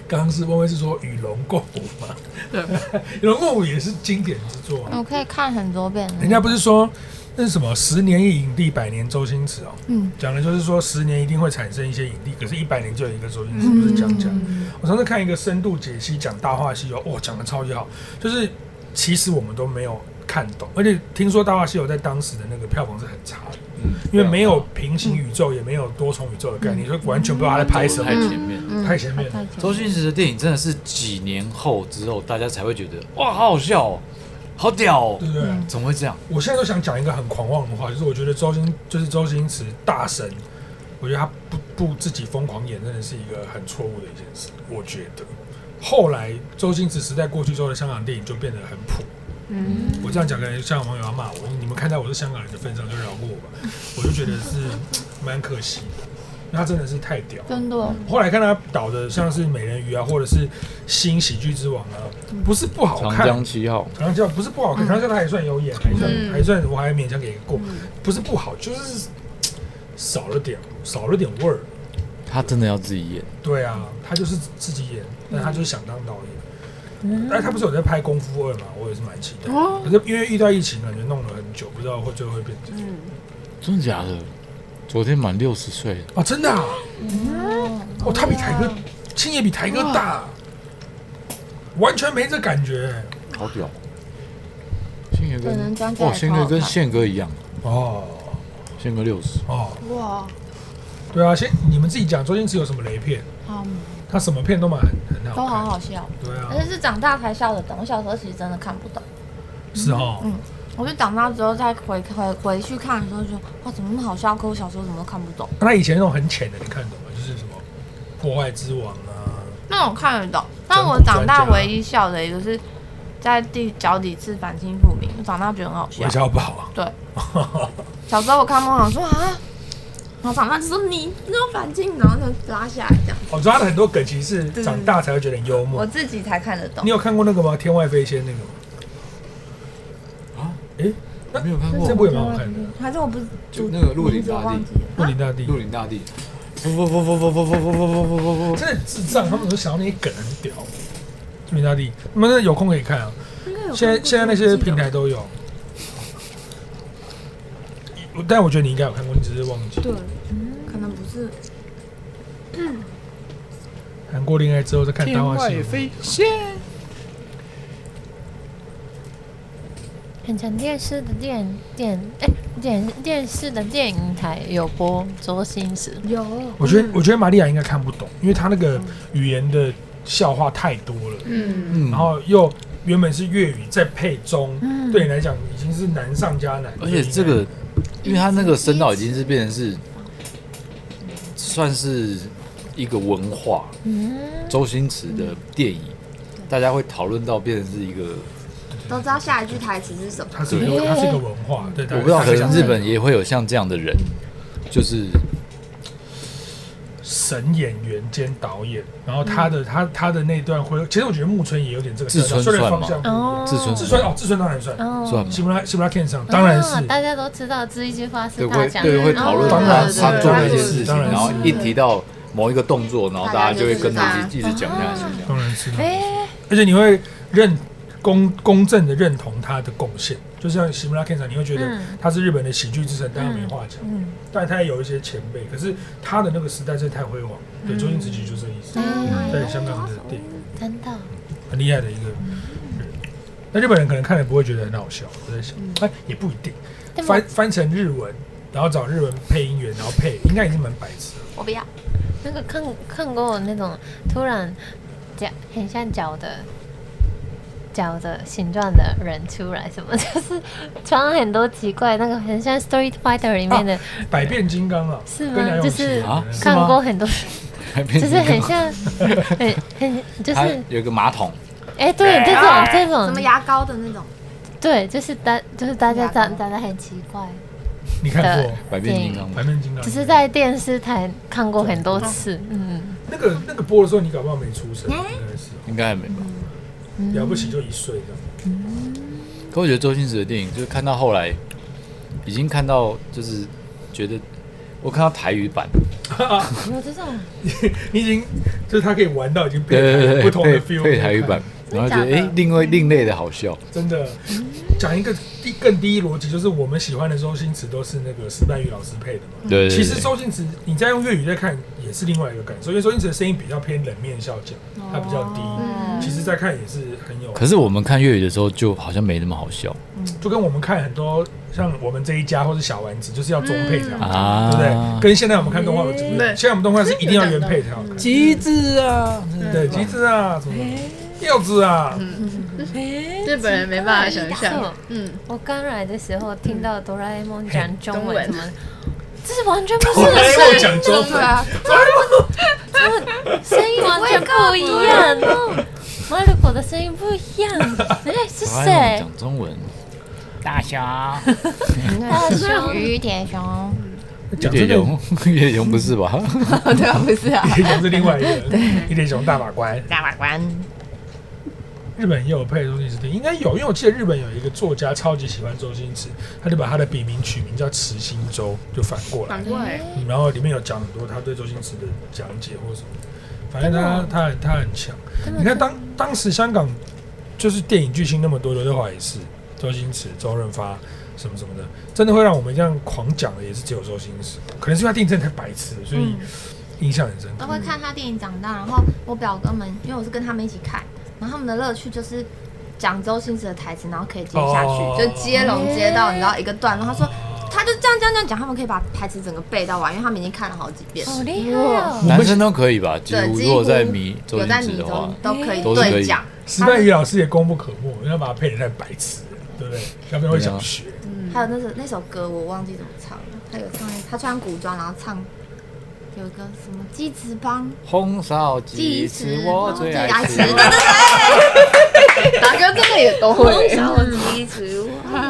[SPEAKER 3] 刚刚是温温是说与龙共舞嘛，
[SPEAKER 5] 对，
[SPEAKER 3] 与龙共舞也是经典之作啊。
[SPEAKER 2] 我可以看很多遍。
[SPEAKER 3] 人家不是说那是什么十年一影帝，百年周星驰哦，
[SPEAKER 2] 嗯，
[SPEAKER 3] 讲的就是说十年一定会产生一些影帝，可是一百年就有一个周星驰，不是讲讲。我上次看一个深度解析讲《大话西游》，哇，讲的超级好，就是其实我们都没有看懂，而且听说《大话西游》在当时的那个票房是很差的，
[SPEAKER 1] 嗯，
[SPEAKER 3] 因为没有平行宇宙，也没有多重宇宙的概念，就完全不知道他在拍什
[SPEAKER 1] 太
[SPEAKER 2] 嗯
[SPEAKER 3] 么，
[SPEAKER 1] 前面了。
[SPEAKER 3] 嗯太前面了。
[SPEAKER 1] 周星驰的电影真的是几年后之后，大家才会觉得哇，好好笑哦，好屌哦
[SPEAKER 2] 嗯
[SPEAKER 3] 对，不对？
[SPEAKER 1] 怎么会这样？
[SPEAKER 3] 我现在都想讲一个很狂妄的话，就是我觉得周星就是周星驰大神，我觉得他不不自己疯狂演，真的是一个很错误的一件事。我觉得后来周星驰时代过去之后的香港电影就变得很普。嗯，我这样讲，可能香港网友要骂我。你们看在我是香港人的份上，就饶过我吧。我就觉得是 蛮可惜的，因为他真的是太屌了。
[SPEAKER 2] 真的，
[SPEAKER 3] 后来看他导的像是《美人鱼》啊，或者是《新喜剧之王》啊，不是不好看，啊
[SPEAKER 1] 七号，
[SPEAKER 3] 长江不是不好看，长江他还算有演，还算、
[SPEAKER 5] 嗯
[SPEAKER 3] 还算我还勉强给过，不是不好，就是少了点少了点味儿。
[SPEAKER 1] 他真的要自己演，
[SPEAKER 3] 对啊，他就是自己演，但他就是想当导演。哎、他不是有在拍《功夫二》嘛？我也是蛮期待的。可是因为遇到疫情，感觉弄了很久，不知道会最后会变成怎样
[SPEAKER 1] 真的假的？昨天满六十岁了，
[SPEAKER 3] 哦，真的、啊，哦，他比台哥，青也比台哥大，完全没这感觉、
[SPEAKER 1] 好屌！宪哥
[SPEAKER 2] 可能张家
[SPEAKER 1] 哇，
[SPEAKER 2] 也
[SPEAKER 1] 宪哥
[SPEAKER 2] 超好
[SPEAKER 1] 跟
[SPEAKER 2] 看
[SPEAKER 1] 宪哥一样，
[SPEAKER 3] 哦
[SPEAKER 1] 宪哥六十，
[SPEAKER 3] 哦，
[SPEAKER 2] 哇，
[SPEAKER 3] 对啊，先你们自己讲周星驰有什么雷片？
[SPEAKER 2] 好，
[SPEAKER 3] 他什么片都蛮很很
[SPEAKER 2] 都
[SPEAKER 3] 好看
[SPEAKER 2] 哦好嗯好笑。
[SPEAKER 3] 对
[SPEAKER 2] 而
[SPEAKER 3] 啊，
[SPEAKER 2] 且是长大才笑得懂，我小时候其实真的看不懂。
[SPEAKER 3] 是哦，
[SPEAKER 2] 我就长大之后再回回回去看的时候就，哇，怎么那么好笑？可我小时候怎么都看不懂？
[SPEAKER 3] 那他以前那种很浅的，你看懂吗？就是什么《破坏之王》啊，
[SPEAKER 2] 那我看得懂，但我长大唯一笑的也就是在第脚底刺反清复明，我长大觉得很好笑
[SPEAKER 3] 韦。小宝，啊
[SPEAKER 2] 对，小时候我看梦想说啊，然后长大就说你那种反清，然后就拉下来这样，
[SPEAKER 3] 我知道他的哦很多梗其实是长大才会觉得很幽
[SPEAKER 2] 我
[SPEAKER 3] 默。
[SPEAKER 2] 自己才看得懂
[SPEAKER 3] 你。有看过那个吗？《天外飞仙》那个吗？
[SPEAKER 1] 啊，
[SPEAKER 3] 诶，
[SPEAKER 1] 我没有看
[SPEAKER 6] 嗯
[SPEAKER 1] 过
[SPEAKER 3] 这部也蛮好看的，《
[SPEAKER 2] 还是我不
[SPEAKER 1] 就那个鹿
[SPEAKER 2] 名
[SPEAKER 1] 鼎
[SPEAKER 2] 字
[SPEAKER 1] 大
[SPEAKER 2] 忘
[SPEAKER 1] 帝
[SPEAKER 2] 记，了。
[SPEAKER 3] 鹿鼎大帝
[SPEAKER 1] 鹿》。鼎大帝，不不不不不不不不不不不不，
[SPEAKER 3] 真的智障，他们都想到那些梗很屌。鹿鼎大帝，你们有空可以看啊。现在现在那些平台都有，我但我觉得你应该有看过，你只是忘记。
[SPEAKER 6] 对，嗯可能不 是
[SPEAKER 3] 谈过恋爱之后再看《大话西游》，
[SPEAKER 4] 很像电视的电电哎电电视的电影台有播周星驰，
[SPEAKER 6] 有，
[SPEAKER 3] 我觉
[SPEAKER 6] 嗯
[SPEAKER 3] 得我觉得玛利亚应该看不懂，因为她那个语言的笑话太多了，
[SPEAKER 5] 嗯，
[SPEAKER 1] 嗯
[SPEAKER 3] 然后又原本是粤语再配中，
[SPEAKER 4] 嗯
[SPEAKER 3] 对你来讲已经是难上加难。
[SPEAKER 1] 而且
[SPEAKER 3] 所
[SPEAKER 1] 这
[SPEAKER 3] 以
[SPEAKER 1] 个
[SPEAKER 3] 你，
[SPEAKER 1] 因为他那个声道已经是变成是，算是一个文化。
[SPEAKER 4] 嗯，
[SPEAKER 1] 周星驰的电影，大家会讨论到变成是一个，
[SPEAKER 6] 都知道下一句台词是什么。
[SPEAKER 3] 它是一个
[SPEAKER 4] 对
[SPEAKER 3] 它是一个文化，对，
[SPEAKER 1] 我
[SPEAKER 3] 大家
[SPEAKER 1] 不知道，可能
[SPEAKER 3] 大家
[SPEAKER 1] 日本也会有像这样的人，就是
[SPEAKER 3] 神演员兼导演，然后他的、他他的那段会，其实我觉得木村也有点这个
[SPEAKER 1] 志
[SPEAKER 3] 色调，
[SPEAKER 1] 村
[SPEAKER 3] 虽然
[SPEAKER 1] 算
[SPEAKER 3] 方
[SPEAKER 1] 吗
[SPEAKER 3] 向不一样。
[SPEAKER 4] 哦，
[SPEAKER 1] 自尊
[SPEAKER 3] 志村哦，志村当然算，
[SPEAKER 1] 算
[SPEAKER 4] 哦，
[SPEAKER 1] 吗
[SPEAKER 3] 西？村西村 Ken 上当然是
[SPEAKER 4] 啊，大家都知道这一句话是
[SPEAKER 1] 对
[SPEAKER 4] 大
[SPEAKER 1] 会
[SPEAKER 4] 奖，
[SPEAKER 1] 对会讨
[SPEAKER 4] 哦
[SPEAKER 1] 论
[SPEAKER 3] 当然是
[SPEAKER 1] 他做那些
[SPEAKER 3] 当然是
[SPEAKER 1] 事情，
[SPEAKER 3] 当然是
[SPEAKER 1] 然后一提到某一个动作，然后大家就会跟着
[SPEAKER 5] 大家
[SPEAKER 1] 一直一直讲下去
[SPEAKER 4] 嗯
[SPEAKER 1] 这样。
[SPEAKER 3] 当然是，
[SPEAKER 4] 哎，
[SPEAKER 3] 而且你会认公公正的认同他的贡献，就像西村 Ken 上，你会觉得
[SPEAKER 4] 嗯
[SPEAKER 3] 他是日本的喜剧之神，当然没话讲。
[SPEAKER 4] 嗯，
[SPEAKER 3] 但他也有一些前辈，可是他的那个时代真的太辉煌。对，
[SPEAKER 4] 嗯
[SPEAKER 3] 周星驰其实就是这意思，在香港的电影
[SPEAKER 4] 真的，
[SPEAKER 3] 很厉害的一个人。那日本人可能看了不会觉得很好笑，我在想，哎，也不一定。
[SPEAKER 4] 嗯但我
[SPEAKER 3] 翻翻成日文，然后找日文配音员，然后配，应该也是蛮白痴的。
[SPEAKER 6] 我不要，
[SPEAKER 4] 那个看看过那种突然脚很像脚的脚的形状的人出来，什么就是穿很多奇怪那个很像《Street Fighter》里面的，
[SPEAKER 3] 百变金刚啊，
[SPEAKER 4] 是吗
[SPEAKER 3] 跟梁咏
[SPEAKER 4] 就
[SPEAKER 3] 琪
[SPEAKER 4] 是
[SPEAKER 3] 啊，
[SPEAKER 1] 啊是
[SPEAKER 4] 看
[SPEAKER 1] 吗
[SPEAKER 4] 过很 多，就是很像很很就是
[SPEAKER 1] 他有一个马桶，
[SPEAKER 4] 哎、对这种
[SPEAKER 6] 什
[SPEAKER 4] 这
[SPEAKER 6] 哎啊么
[SPEAKER 4] 种
[SPEAKER 6] 牙膏的那种，
[SPEAKER 4] 对，就是大就是大家
[SPEAKER 6] 牙膏
[SPEAKER 4] 长长得很奇怪
[SPEAKER 3] 你看
[SPEAKER 4] 的
[SPEAKER 3] 过
[SPEAKER 1] 百变
[SPEAKER 4] 电
[SPEAKER 1] 金
[SPEAKER 4] 影
[SPEAKER 1] 刚。
[SPEAKER 3] 百变金刚？
[SPEAKER 4] 只是在电视台看过很多次，嗯，
[SPEAKER 3] 那个那个播的时候，你搞不好没出生，应该是
[SPEAKER 1] 应该还没吧？
[SPEAKER 4] 嗯
[SPEAKER 3] 了不起就一岁这样。
[SPEAKER 1] 可我觉得周星驰的电影，就是看到后来，已经看到就是觉得，我看到台语版，
[SPEAKER 4] 有这种
[SPEAKER 3] 你已经就是他可以玩到已经
[SPEAKER 1] 对
[SPEAKER 3] 变
[SPEAKER 1] 对对
[SPEAKER 3] 成不同的
[SPEAKER 1] 对，
[SPEAKER 3] feel，
[SPEAKER 1] 配配台语版，然后觉得
[SPEAKER 4] 真的假的
[SPEAKER 1] 诶，另外另类的好笑，
[SPEAKER 3] 真的。讲一个第更低一逻辑，就是我们喜欢的周星驰都是那个石斑鱼老师配的嘛。
[SPEAKER 1] 对对对。
[SPEAKER 3] 其实周星驰，你再用粤语再看也是另外一个感受，因为周星驰的声音比较偏冷面笑匠，他比较低。其实再看也是很有，
[SPEAKER 1] 可是我们看粤语的时候，就好像没那么好笑
[SPEAKER 3] 就跟我们看很多像我们这一家或是小丸子，就是要中配才好看，
[SPEAKER 1] 啊，
[SPEAKER 3] 对不对？？跟现在我们看动画不一样，
[SPEAKER 5] 对
[SPEAKER 3] 现在我们动画是一定要原配才好看。
[SPEAKER 1] 机智啊，
[SPEAKER 3] 对，橘子啊，什么柚子啊，
[SPEAKER 5] 日本人没办法想象
[SPEAKER 4] 是，
[SPEAKER 5] 嗯，
[SPEAKER 4] 我刚来的时候听到哆啦 A 梦讲中
[SPEAKER 5] 中
[SPEAKER 4] 文，
[SPEAKER 5] 文
[SPEAKER 4] 怎么？这是完全不
[SPEAKER 3] 哆
[SPEAKER 4] 是
[SPEAKER 3] 啦
[SPEAKER 4] 的
[SPEAKER 3] A
[SPEAKER 4] 声
[SPEAKER 3] 梦
[SPEAKER 4] 音，
[SPEAKER 3] 哎讲中文，
[SPEAKER 4] 声音完全不一样。哦，马鲁果的声音不一样，哎，是
[SPEAKER 1] 哆啦 A
[SPEAKER 4] 谁
[SPEAKER 1] 梦？讲中文，
[SPEAKER 4] 大雄
[SPEAKER 6] 于铁雄，
[SPEAKER 3] 讲
[SPEAKER 1] 叶
[SPEAKER 3] 这个
[SPEAKER 1] 荣，叶荣不是吧？
[SPEAKER 6] 对啊，不是啊，
[SPEAKER 3] 一点熊是另外一个， 一点熊大法官。
[SPEAKER 6] 大法官，
[SPEAKER 3] 日本也有配周星驰电影，应该有，因为我记得日本有一个作家超级喜欢周星驰，他就把他的笔名取名叫池心周，就反过来
[SPEAKER 5] 反，过来，
[SPEAKER 3] 嗯然后里面有讲很多他对周星驰的讲解或什么，反正他他很他很强。你看当当时香港就是电影巨星那么多，刘德华也是，周星驰、周润发什么什么的，真的会让我们这样狂讲的也是只有周星驰，可能是因为他电影真的太白痴了，所以印象很深刻。
[SPEAKER 6] 都会看他电影长大。然后我表哥们，因为我是跟他们一起看，然后他们的乐趣就是讲周星驰的台词，然后可以接下去，
[SPEAKER 3] 哦
[SPEAKER 6] 就接龙接到你知道一个段落，他说。他就这样这样这样讲，他们可以把台词整个背到完，因为他们已经看了好几遍。
[SPEAKER 4] 好厉害哦！
[SPEAKER 1] 男生都可以吧？几
[SPEAKER 6] 对，
[SPEAKER 1] 乎
[SPEAKER 6] 几
[SPEAKER 1] 如
[SPEAKER 6] 乎
[SPEAKER 1] 果在迷周
[SPEAKER 6] 有在
[SPEAKER 1] 星
[SPEAKER 6] 迷
[SPEAKER 1] 驰的话
[SPEAKER 6] 中，都可以
[SPEAKER 1] 都是可以
[SPEAKER 6] 对讲，
[SPEAKER 3] 石代宇老师也功不可没，因为他把他配的太白痴了，对不对？要不然会想学。
[SPEAKER 6] 还有那首那首歌我忘记怎么唱了，他有唱一，他穿古装然后唱有一个什么鸡翅膀，
[SPEAKER 1] 红烧鸡翅我最爱吃
[SPEAKER 6] 鸡。翅膀
[SPEAKER 5] 达哥真的也都会，
[SPEAKER 6] 鸡翅膀，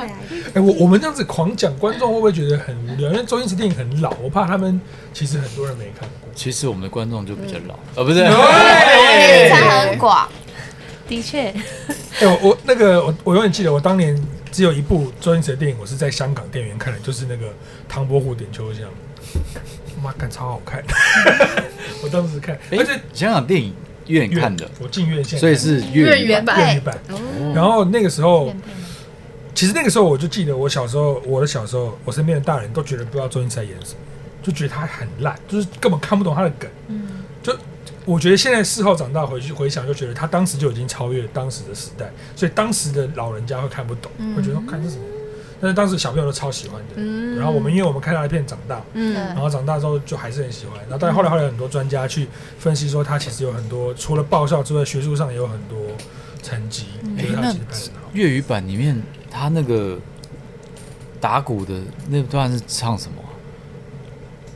[SPEAKER 3] 哎、我我们这样子狂讲，观众会不会觉得很无聊？因为周星驰电影很老，我怕他们其实很多人没看过。
[SPEAKER 1] 其实我们的观众就比较老，呃，不是，
[SPEAKER 6] 对，才很广，
[SPEAKER 4] 的确，
[SPEAKER 3] 哎、我我那个我我永远记得，我当年只有一部周星驰的电影，我是在香港电影院看的，就是那个《唐伯虎点秋香》。妈，看超好 看！我当时看，
[SPEAKER 1] 哎
[SPEAKER 3] 而且
[SPEAKER 1] 想想电影院看的，
[SPEAKER 3] 我进院线看，
[SPEAKER 1] 所以是粤
[SPEAKER 5] 粤
[SPEAKER 1] 语
[SPEAKER 5] 语
[SPEAKER 1] 版
[SPEAKER 5] 版
[SPEAKER 3] 粤语版。然后那个时候，其实那个时候我就记得，我小时候，我的小时候，我身边的大人都觉得不知道周星驰在演什么，就觉得他很烂，就是根本看不懂他的梗。嗯，就我觉得现在事后长大回去回想，就觉得他当时就已经超越当时的时代，所以当时的老人家会看不懂，会觉得哦看这什么。但是当时小朋友都超喜欢的，然后我们因为我们看他的片长大，
[SPEAKER 5] 嗯，
[SPEAKER 3] 然后长大之后就还是很喜欢。然后但后来后来有很多专家去分析说，他其实有很多除了爆笑之外，学术上也有很多成绩，就是他其实拍得很好。
[SPEAKER 1] 粤语版里面，他那个打鼓的那段是唱什么啊？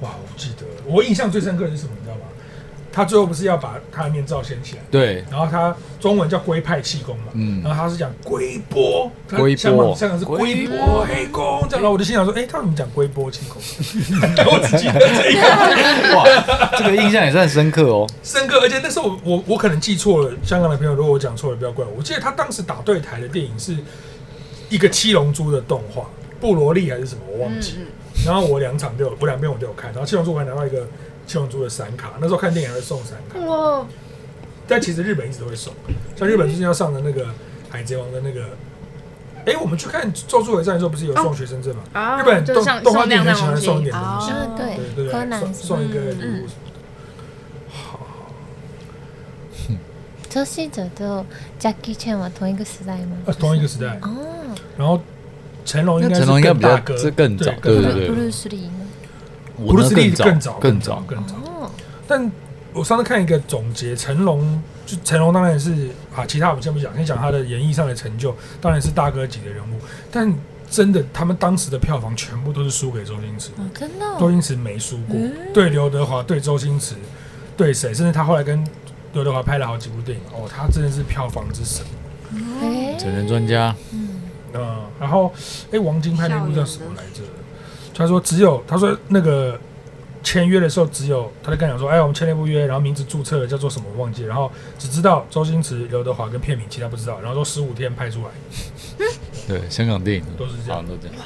[SPEAKER 3] 哇，我不记得了，我印象最深刻的是什么，你知道吗？他最后不是要把他的面罩掀起来，
[SPEAKER 1] 对，
[SPEAKER 3] 然后他中文叫龟派气功嘛，
[SPEAKER 1] 嗯
[SPEAKER 3] 然后他是讲龟波，他
[SPEAKER 1] 龟波
[SPEAKER 3] 香港香港是龟
[SPEAKER 1] 龟
[SPEAKER 3] 波黑工，这样，然后我就心想说，哎，他怎么讲龟波气功？啊 我只记得这一个
[SPEAKER 1] 哇，这个印象也算深刻哦。
[SPEAKER 3] 深刻，而且那时候我我我可能记错了，香港的朋友如果我讲错了不要怪我。我记得他当时打对台的电影是一个七龙珠的动画，布罗利还是什么我忘记了。
[SPEAKER 5] 嗯
[SPEAKER 3] 然后我两场都有，我两边我都有看。然后七龙珠我还拿到一个七龙珠的闪卡，那时候看电影还会送闪卡。
[SPEAKER 5] 哇，
[SPEAKER 3] 但其实日本一直都会送，像日本最近要上的那个《海贼王》的那个，哎，我们去看《咒术回战》的时候不是有送学生证吗？
[SPEAKER 5] 啊
[SPEAKER 3] 日本
[SPEAKER 5] 就是
[SPEAKER 3] 动
[SPEAKER 5] 像
[SPEAKER 3] 动画
[SPEAKER 5] 送
[SPEAKER 3] 电
[SPEAKER 5] 量
[SPEAKER 3] 影
[SPEAKER 5] 那
[SPEAKER 3] 很喜欢
[SPEAKER 5] 种
[SPEAKER 3] 送一点
[SPEAKER 5] 东
[SPEAKER 3] 东
[SPEAKER 5] 西
[SPEAKER 3] 西，
[SPEAKER 4] 啊，对
[SPEAKER 3] 对，对
[SPEAKER 4] 柯
[SPEAKER 3] 对，送
[SPEAKER 4] 南什么
[SPEAKER 3] 送一个礼
[SPEAKER 4] 嗯
[SPEAKER 3] 物。
[SPEAKER 4] 周信哲都 Jackie Chan
[SPEAKER 3] 啊
[SPEAKER 4] 嘛，同一个时代吗？
[SPEAKER 3] 呃，同一个时代，
[SPEAKER 4] 哦，
[SPEAKER 3] 然后成龙应该
[SPEAKER 1] 那成龙应该
[SPEAKER 3] 是
[SPEAKER 1] 比
[SPEAKER 3] 更
[SPEAKER 1] 较
[SPEAKER 3] 大哥，
[SPEAKER 1] 这更早
[SPEAKER 3] 对
[SPEAKER 1] 对
[SPEAKER 3] 大哥
[SPEAKER 1] 对
[SPEAKER 4] 布鲁斯利呢？
[SPEAKER 1] 我
[SPEAKER 3] 布鲁
[SPEAKER 1] 那
[SPEAKER 3] 斯利
[SPEAKER 1] 更
[SPEAKER 3] 早，
[SPEAKER 1] 更
[SPEAKER 3] 更
[SPEAKER 1] 早，
[SPEAKER 3] 更早。
[SPEAKER 4] 哦，
[SPEAKER 3] 但我上次看一个总结，成龙就成龙当然是啊，其他我们先不讲，先讲他的演艺上的成就，当然是大哥级的人物。但真的，他们当时的票房全部都是输给周星驰，
[SPEAKER 4] 哦真的哦
[SPEAKER 3] 周星驰没输过，对刘德华，对周星驰，对谁，甚至他后来跟刘德华拍了好几部电影，哦，他真的是票房之神。
[SPEAKER 4] 哎，
[SPEAKER 1] 整人专家，
[SPEAKER 3] 嗯，然后哎，王晶拍那部叫什么来着？他说只有他说那个签约的时候只有他就跟他讲说，哎，我们签了一部约，然后名字注册了叫做什么我忘记了，然后只知道周星驰、刘德华跟片名，其他不知道，然后都十五天拍出来，
[SPEAKER 1] 对香港电影
[SPEAKER 3] 都是这
[SPEAKER 1] 好
[SPEAKER 3] 样
[SPEAKER 1] 像，都这样。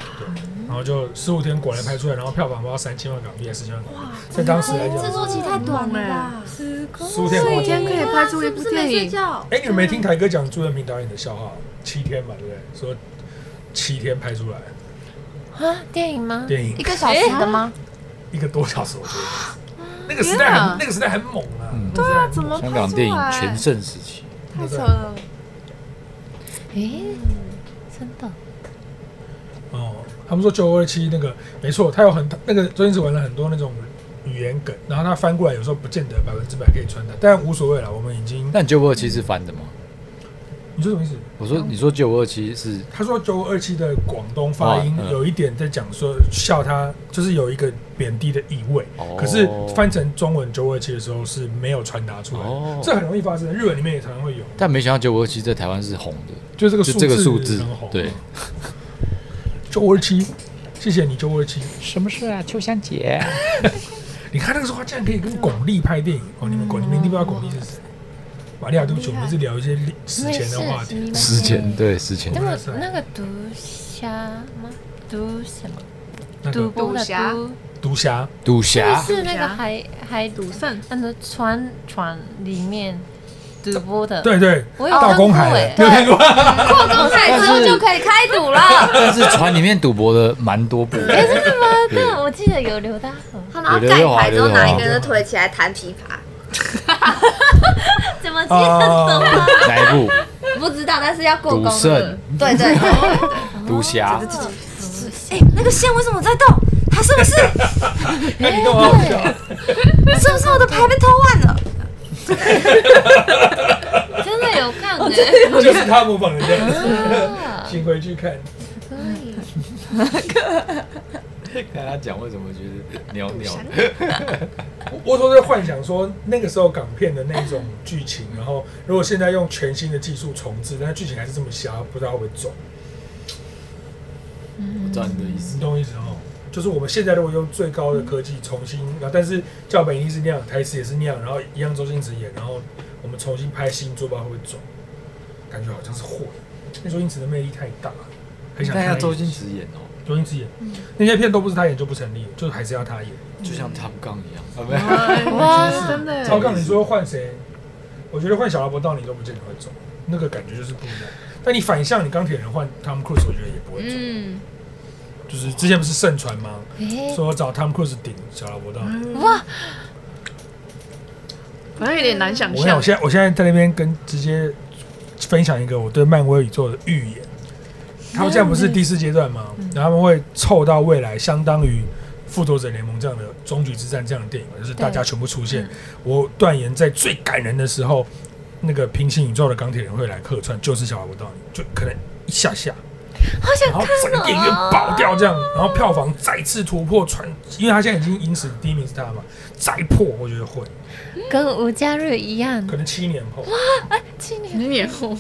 [SPEAKER 3] 然后就十五天果然拍出来，然后票房不到三千万港币还是四千万港币，在当时来
[SPEAKER 6] 制
[SPEAKER 3] 讲，
[SPEAKER 6] 作期太短了吧？
[SPEAKER 3] 十五天
[SPEAKER 5] 五
[SPEAKER 3] 过
[SPEAKER 5] 天可以拍出一
[SPEAKER 6] 是不
[SPEAKER 5] 部
[SPEAKER 6] 是没
[SPEAKER 5] 电
[SPEAKER 6] 睡
[SPEAKER 5] 影，
[SPEAKER 6] 觉？
[SPEAKER 3] 哎，你们没听台哥讲朱元平导演的笑话？七天嘛，对不对？说七天拍出来
[SPEAKER 4] 啊，电影吗？
[SPEAKER 3] 电影
[SPEAKER 2] 一，个小时的吗？
[SPEAKER 3] 一个多小时，我觉 得那个时代
[SPEAKER 5] 天啊
[SPEAKER 3] 很那个时代很猛啊
[SPEAKER 1] 嗯，
[SPEAKER 3] 对啊，
[SPEAKER 5] 怎么拍
[SPEAKER 1] 香
[SPEAKER 5] 出
[SPEAKER 1] 港电影
[SPEAKER 5] 来
[SPEAKER 1] 全盛时期，
[SPEAKER 5] 太扯了，
[SPEAKER 4] 哎，真的，
[SPEAKER 3] 哦，他们说九二七那个没错，他有很那个周星驰玩了很多那种语言梗，然后他翻过来有时候不见得百分之百可以穿搭，但无所谓了，我们已经
[SPEAKER 1] 但九五二七是翻的吗？
[SPEAKER 3] 你说什么意思？
[SPEAKER 1] 我说，你说九五二七是
[SPEAKER 3] 他说九二七的广东发音
[SPEAKER 1] 哦嗯
[SPEAKER 3] 有一点在讲说笑他，就是有一个贬低的意味，
[SPEAKER 1] 哦
[SPEAKER 3] 可是翻成中文九二七的时候是没有传达出来的，
[SPEAKER 1] 哦
[SPEAKER 3] 这很容易发生，日文里面也常常会有，
[SPEAKER 1] 但没想到九五二七在台湾是红的，
[SPEAKER 3] 就这个
[SPEAKER 1] 就
[SPEAKER 3] 数
[SPEAKER 1] 这个数字
[SPEAKER 3] 很红，
[SPEAKER 1] 对，
[SPEAKER 3] 九二七，谢谢你九二七。
[SPEAKER 1] 什么事啊，秋香姐？
[SPEAKER 3] 你看那个时候，他竟然可以跟巩俐拍电影哦！你们巩，你们一定不知道巩俐是谁？玛利亚，对不起，我们是聊一些历史
[SPEAKER 4] 没
[SPEAKER 3] 前
[SPEAKER 4] 事
[SPEAKER 3] 的话题。，
[SPEAKER 1] 十前
[SPEAKER 4] 对。
[SPEAKER 1] 对十前
[SPEAKER 4] 那么那个毒虾吗？毒什么？
[SPEAKER 3] 那
[SPEAKER 4] 毒
[SPEAKER 3] 个
[SPEAKER 4] 波的
[SPEAKER 5] 毒虾
[SPEAKER 4] 毒，
[SPEAKER 3] 毒侠，
[SPEAKER 1] 赌侠
[SPEAKER 4] 是那个海海
[SPEAKER 5] 赌圣
[SPEAKER 4] 那个船船里面赌博的。，
[SPEAKER 3] 对对，
[SPEAKER 4] 我有
[SPEAKER 3] 大
[SPEAKER 4] 看过
[SPEAKER 3] 公海
[SPEAKER 4] 哎，
[SPEAKER 3] 你有看过？
[SPEAKER 6] 破公海之后就可以开赌了。
[SPEAKER 1] 但是船里面赌博的蛮多部，
[SPEAKER 4] 哎，真的吗？对，我记得有刘大河。
[SPEAKER 6] 他然后
[SPEAKER 1] 刘
[SPEAKER 6] 盖
[SPEAKER 1] 德华
[SPEAKER 6] 牌之后
[SPEAKER 1] 刘德华
[SPEAKER 6] 拿一个 人推起来弹琵琶，
[SPEAKER 4] 怎么 记
[SPEAKER 3] 啊，
[SPEAKER 1] 哪一 部？
[SPEAKER 6] 不知道，但是要过
[SPEAKER 1] 赌
[SPEAKER 6] 功
[SPEAKER 1] 圣
[SPEAKER 6] 了。、对对对，
[SPEAKER 1] 赌
[SPEAKER 3] 哦
[SPEAKER 1] 侠，
[SPEAKER 6] 哎，那个线为什么在动？它是不是
[SPEAKER 3] 那你干嘛好笑？
[SPEAKER 6] 是不是我的牌被偷换了？
[SPEAKER 4] 得真的有看哎？
[SPEAKER 3] 就是他模仿人家，请回去看。
[SPEAKER 1] 跟他讲为什么觉得鸟鸟的，
[SPEAKER 3] 我我都在幻想说，那个时候港片的那种剧情，然后如果现在用全新的技术重置，但剧情还是这么瞎，不知道会不会走。
[SPEAKER 1] 我知道你的意 思
[SPEAKER 3] 你。懂我意思哦？就是我们现在如果用最高的科技重新，然后但是叫本一是那样，台词也是那样，然后一样周星驰演，然后我们重新拍新做，不知道会不会走，感觉好像是会。那周星驰的魅力太大了，很想
[SPEAKER 1] 但
[SPEAKER 3] 看
[SPEAKER 1] 要
[SPEAKER 3] 他
[SPEAKER 1] 周
[SPEAKER 3] 演
[SPEAKER 1] 星驰演哦，
[SPEAKER 3] 周星驰演、那些片都不是他演就不成立，就是还是要他演。
[SPEAKER 1] 就
[SPEAKER 3] 嗯
[SPEAKER 1] 像 Top Gun 一样，啊
[SPEAKER 3] 哦
[SPEAKER 1] 不是
[SPEAKER 5] 哇，真的
[SPEAKER 3] 超杠，你说换谁？我觉得换小罗伯道你都不见得会走，那个感觉就是不一样。但你反向，你钢铁人换 Tom Cruise，我觉得也不会走。
[SPEAKER 5] 嗯，
[SPEAKER 3] 就是之前不是盛传吗？
[SPEAKER 4] 哎，
[SPEAKER 3] 说找 Tom Cruise 顶小罗伯道。
[SPEAKER 5] 好像有点难想
[SPEAKER 3] 我跟你讲，我。
[SPEAKER 5] 象
[SPEAKER 3] 现在我现在在那边跟直接分享一个我对漫威宇宙的预言。他们现在不是第四阶段吗？然后他们会凑到未来，相当于《复仇者联盟》这样的终局之战这样的电影嘛，就是大家全部出现。我断言，在最感人的时候，那个平行宇宙的钢铁人会来客串，就是小罗伯道尼，就可能一下下。
[SPEAKER 4] 好想
[SPEAKER 3] 然后
[SPEAKER 4] 看
[SPEAKER 3] 整个电影院
[SPEAKER 4] 哦
[SPEAKER 3] 爆掉这样，然后票房再次突破传，因为他现在已经影史第一名是他嘛，再破我觉得会，
[SPEAKER 4] 跟吴家瑞一样，
[SPEAKER 3] 可能七年后，
[SPEAKER 4] 七年
[SPEAKER 5] 十年后，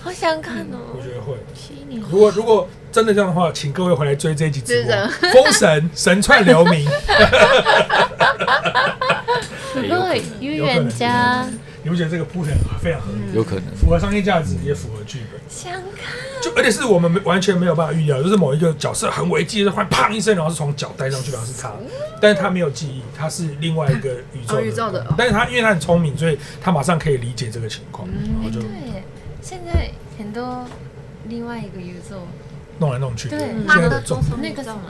[SPEAKER 4] 好想看哦
[SPEAKER 3] 我，觉得会。
[SPEAKER 4] 七年
[SPEAKER 3] 如果如果真的这样的话，请各位回来追这一集直
[SPEAKER 5] 是
[SPEAKER 3] 播
[SPEAKER 5] 的
[SPEAKER 3] 《封神》神串流明，
[SPEAKER 1] 哎
[SPEAKER 4] 如
[SPEAKER 1] 有
[SPEAKER 4] 果
[SPEAKER 1] 可
[SPEAKER 4] 于远家
[SPEAKER 3] 你不觉得这个铺陈非常合理，
[SPEAKER 1] 有可能，
[SPEAKER 3] 符合商业价值，也符合剧本，
[SPEAKER 4] 想看，
[SPEAKER 3] 就而且是我们没完全没有办法预料，就是某一个角色很危机，就换砰一声，然后是从脚带上去，然后是他，但是他没有记忆，他是另外一个宇宙
[SPEAKER 5] 哦宇宙的哦
[SPEAKER 3] 但是他因为他很聪明，所以他马上可以理解这个情况，
[SPEAKER 5] 嗯
[SPEAKER 3] 然后就
[SPEAKER 4] 对，现在很多另外一个宇宙，
[SPEAKER 3] 弄来弄去。
[SPEAKER 4] 对
[SPEAKER 3] 现
[SPEAKER 6] 妈
[SPEAKER 3] 在
[SPEAKER 6] 的
[SPEAKER 3] 的
[SPEAKER 6] 中
[SPEAKER 3] 重，
[SPEAKER 6] 风
[SPEAKER 4] 那个什么，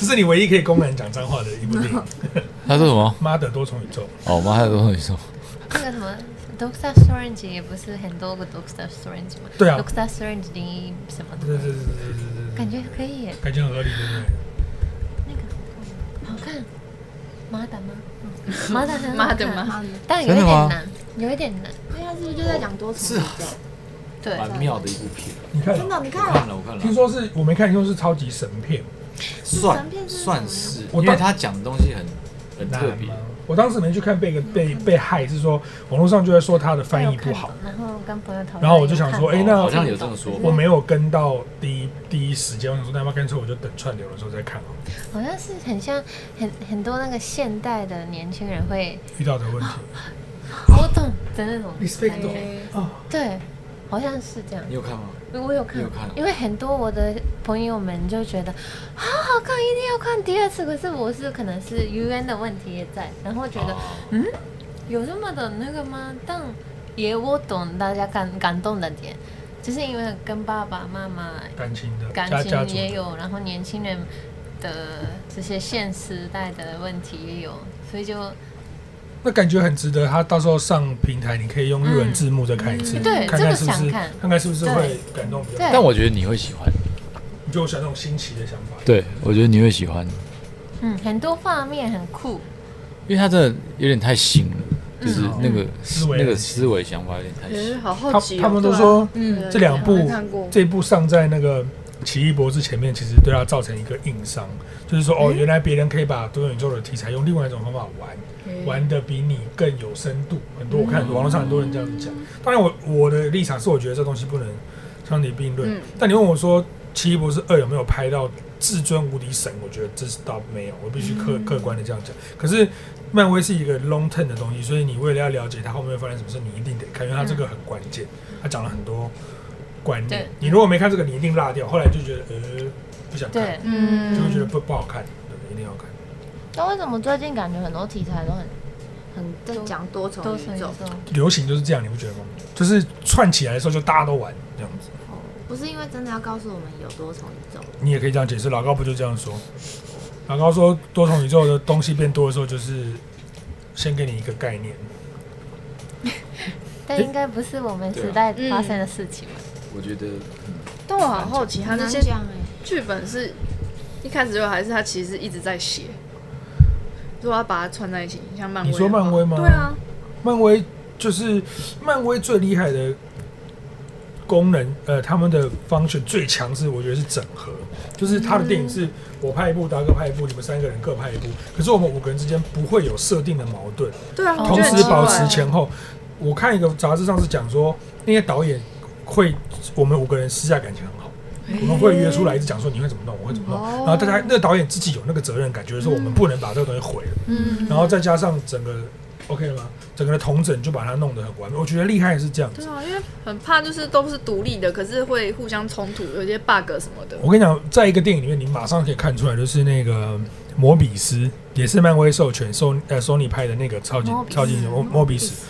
[SPEAKER 3] 这是你唯一可以公然讲脏话的一部 电影，《
[SPEAKER 1] 他说什么？
[SPEAKER 3] 妈的多重宇宙》。
[SPEAKER 1] 哦，我们还有多少宇宙？
[SPEAKER 4] 那个什么 Doctor Strange 也不是很多个 Doctor Strange 吗？
[SPEAKER 3] 对啊
[SPEAKER 4] ，Doctor Strange 零一什么
[SPEAKER 3] 对对
[SPEAKER 4] 的，
[SPEAKER 3] 对对对对对，
[SPEAKER 4] 感觉可以耶，
[SPEAKER 3] 感觉很合理，对不对？
[SPEAKER 4] 好看。马达 吗？马达很好看
[SPEAKER 5] 妈的，妈，
[SPEAKER 6] 妈的，
[SPEAKER 4] 但有一
[SPEAKER 1] 真的
[SPEAKER 4] 点
[SPEAKER 1] 吗
[SPEAKER 4] 难，有一点难。
[SPEAKER 6] 因为他是不嗯啊是就在讲多重宇宙？
[SPEAKER 4] 对，
[SPEAKER 7] 蛮妙的一部片，
[SPEAKER 3] 你看，
[SPEAKER 6] 真的，你
[SPEAKER 7] 我
[SPEAKER 6] 看
[SPEAKER 7] 看了我看
[SPEAKER 3] 听
[SPEAKER 7] 了，
[SPEAKER 3] 说是我没看，听说是超级神片，
[SPEAKER 7] 算
[SPEAKER 6] 神片是什么
[SPEAKER 7] 算是，
[SPEAKER 3] 我
[SPEAKER 7] 因
[SPEAKER 3] 当
[SPEAKER 7] 为他讲的东西很很特别
[SPEAKER 3] 难，吗我当时没去看被个被被害，是说网络上就在说他的翻译不好
[SPEAKER 4] 我有，看懂，然后跟朋友讨论，
[SPEAKER 3] 然后我就想说
[SPEAKER 4] 有看
[SPEAKER 3] 哎
[SPEAKER 4] 懂
[SPEAKER 1] 哦
[SPEAKER 3] 那
[SPEAKER 7] 好像有这么说，
[SPEAKER 3] 我没有跟到第一第一时间，我想说那要不要干脆我就等串流的时候再看好哦了，
[SPEAKER 4] 好像是很像很很多那个现代的年轻人会
[SPEAKER 3] 遇到的问题。啊
[SPEAKER 4] 我懂的那种
[SPEAKER 3] Respect
[SPEAKER 4] 感觉
[SPEAKER 3] 啊，
[SPEAKER 4] 对，好像是这样
[SPEAKER 7] 你。有看吗？
[SPEAKER 4] 我有看，
[SPEAKER 7] 你有看啊
[SPEAKER 4] 因为很多我的朋友们就觉得好好看，一定要看第二次。可是我是可能是 U N 的问题也在，然后觉得、
[SPEAKER 7] 哦
[SPEAKER 4] 嗯，有这么的那个吗？但也我懂大家感感动的点，就是因为跟爸爸妈妈
[SPEAKER 3] 感情的
[SPEAKER 4] 感
[SPEAKER 3] 家家
[SPEAKER 4] 情
[SPEAKER 3] 族
[SPEAKER 4] 也
[SPEAKER 3] 的，
[SPEAKER 4] 有，然后年轻人的这些现时代的问题也有，所以就
[SPEAKER 3] 那感觉很值得。他到时候上平台，你可以用日文字幕再看一次，
[SPEAKER 4] 嗯对
[SPEAKER 3] 看
[SPEAKER 4] 这
[SPEAKER 3] 看
[SPEAKER 4] 个
[SPEAKER 3] 是不是
[SPEAKER 4] 想看
[SPEAKER 3] 看看是不是
[SPEAKER 4] 对
[SPEAKER 3] 会感动比较
[SPEAKER 4] 对
[SPEAKER 3] 多。
[SPEAKER 1] 但我觉得你会喜欢，
[SPEAKER 3] 你就喜欢那种新奇的想法，
[SPEAKER 1] 对我觉得你会喜欢，
[SPEAKER 4] 嗯很多画面很酷，
[SPEAKER 1] 因为他真的有点太新了，就是那个
[SPEAKER 3] 嗯思维
[SPEAKER 1] 那个思维想法有点太
[SPEAKER 5] 哎，
[SPEAKER 1] 新。
[SPEAKER 5] 好好
[SPEAKER 3] 他
[SPEAKER 5] 奇哦。
[SPEAKER 3] 他们都
[SPEAKER 5] 对啊
[SPEAKER 3] 说
[SPEAKER 5] 嗯
[SPEAKER 3] 这两部
[SPEAKER 4] 啊
[SPEAKER 5] 没看过
[SPEAKER 3] 这部上在那个《奇异博士》前面，其实对他造成一个硬伤，就是说哦，原来别人可以把多元宇宙的题材用另外一种方法玩，玩的比你更有深度。很多我看网络上很多人这样子讲，当然我我的立场是我觉得这东西不能相提并论
[SPEAKER 5] 嗯。
[SPEAKER 3] 但你问我说《奇异博士二》有没有拍到至尊无敌神，我觉得这是倒没有，我必须
[SPEAKER 4] 嗯
[SPEAKER 3] 客客观的这样讲。可是漫威是一个 long term 的东西，所以你为了要了解它后面会发生什么事，你一定得看，因为它这个很关键，它讲了很多观念
[SPEAKER 4] 嗯对。
[SPEAKER 3] 你如果没看这个，你一定落掉。后来就觉得呃不想看
[SPEAKER 4] 对，，
[SPEAKER 5] 嗯
[SPEAKER 3] 就会觉得不不好看，对，一定要看。
[SPEAKER 6] 那为什么最近感觉很多题材都很很在讲多重
[SPEAKER 4] 多神
[SPEAKER 6] 宇
[SPEAKER 4] 宇
[SPEAKER 6] 宙？
[SPEAKER 4] 宙。
[SPEAKER 3] 流行就是这样，你不觉得吗？就是串起来的时候就大家都玩这样子，
[SPEAKER 6] 不是因为真的要告诉我们有多重宇宙，
[SPEAKER 3] 你也可以这样解释。老高不就这样说？老高说多重宇宙的东西变多的时候，就是先给你一个概念，
[SPEAKER 4] 但应该不是我们时代发生的事情吧？
[SPEAKER 7] 我觉得哦
[SPEAKER 5] 但我好好奇，他那
[SPEAKER 6] 很
[SPEAKER 5] 些
[SPEAKER 6] 难讲哎。
[SPEAKER 5] 剧本是一开始就有，还是他其实一直在写？如果要把它串在一起，像漫威
[SPEAKER 3] 你
[SPEAKER 5] 的话，
[SPEAKER 3] 说漫威吗
[SPEAKER 5] 对啊，
[SPEAKER 3] 漫威就是漫威最厉害的功能，呃，他们的 function 最强是我觉得是整合，就是他的电影是我拍一部，达哥拍一部，你们三个人各拍一部，可是我们五个人之间不会有设定的矛盾，
[SPEAKER 5] 对啊，我觉
[SPEAKER 3] 哦同
[SPEAKER 5] 得很
[SPEAKER 3] 时
[SPEAKER 5] 奇怪
[SPEAKER 3] 保持前后。我看一个杂志上是讲说，那些导演会我们五个人私下感情很好。
[SPEAKER 5] 哎
[SPEAKER 3] 我们会约出来，一直讲说你会怎么弄，我会怎么弄，
[SPEAKER 5] 哦
[SPEAKER 3] 然后大家那个导演自己有那个责任感，觉得说我们不能把这个东西毁了，
[SPEAKER 6] 嗯，
[SPEAKER 3] 然后再加上整个 OK 了吗？整个的同整就把它弄得很完美。我觉得厉害是这样
[SPEAKER 5] 对
[SPEAKER 3] 子。
[SPEAKER 5] 啊，因为很怕就是都是独立的，可是会互相冲突，有一些 bug 什么的。
[SPEAKER 3] 我跟你讲，在一个电影里面，你马上可以看出来，就是那个摩比斯，也是漫威授权索呃索尼拍的那个超级
[SPEAKER 4] 摩比斯
[SPEAKER 3] 超级英雄摩摩比斯，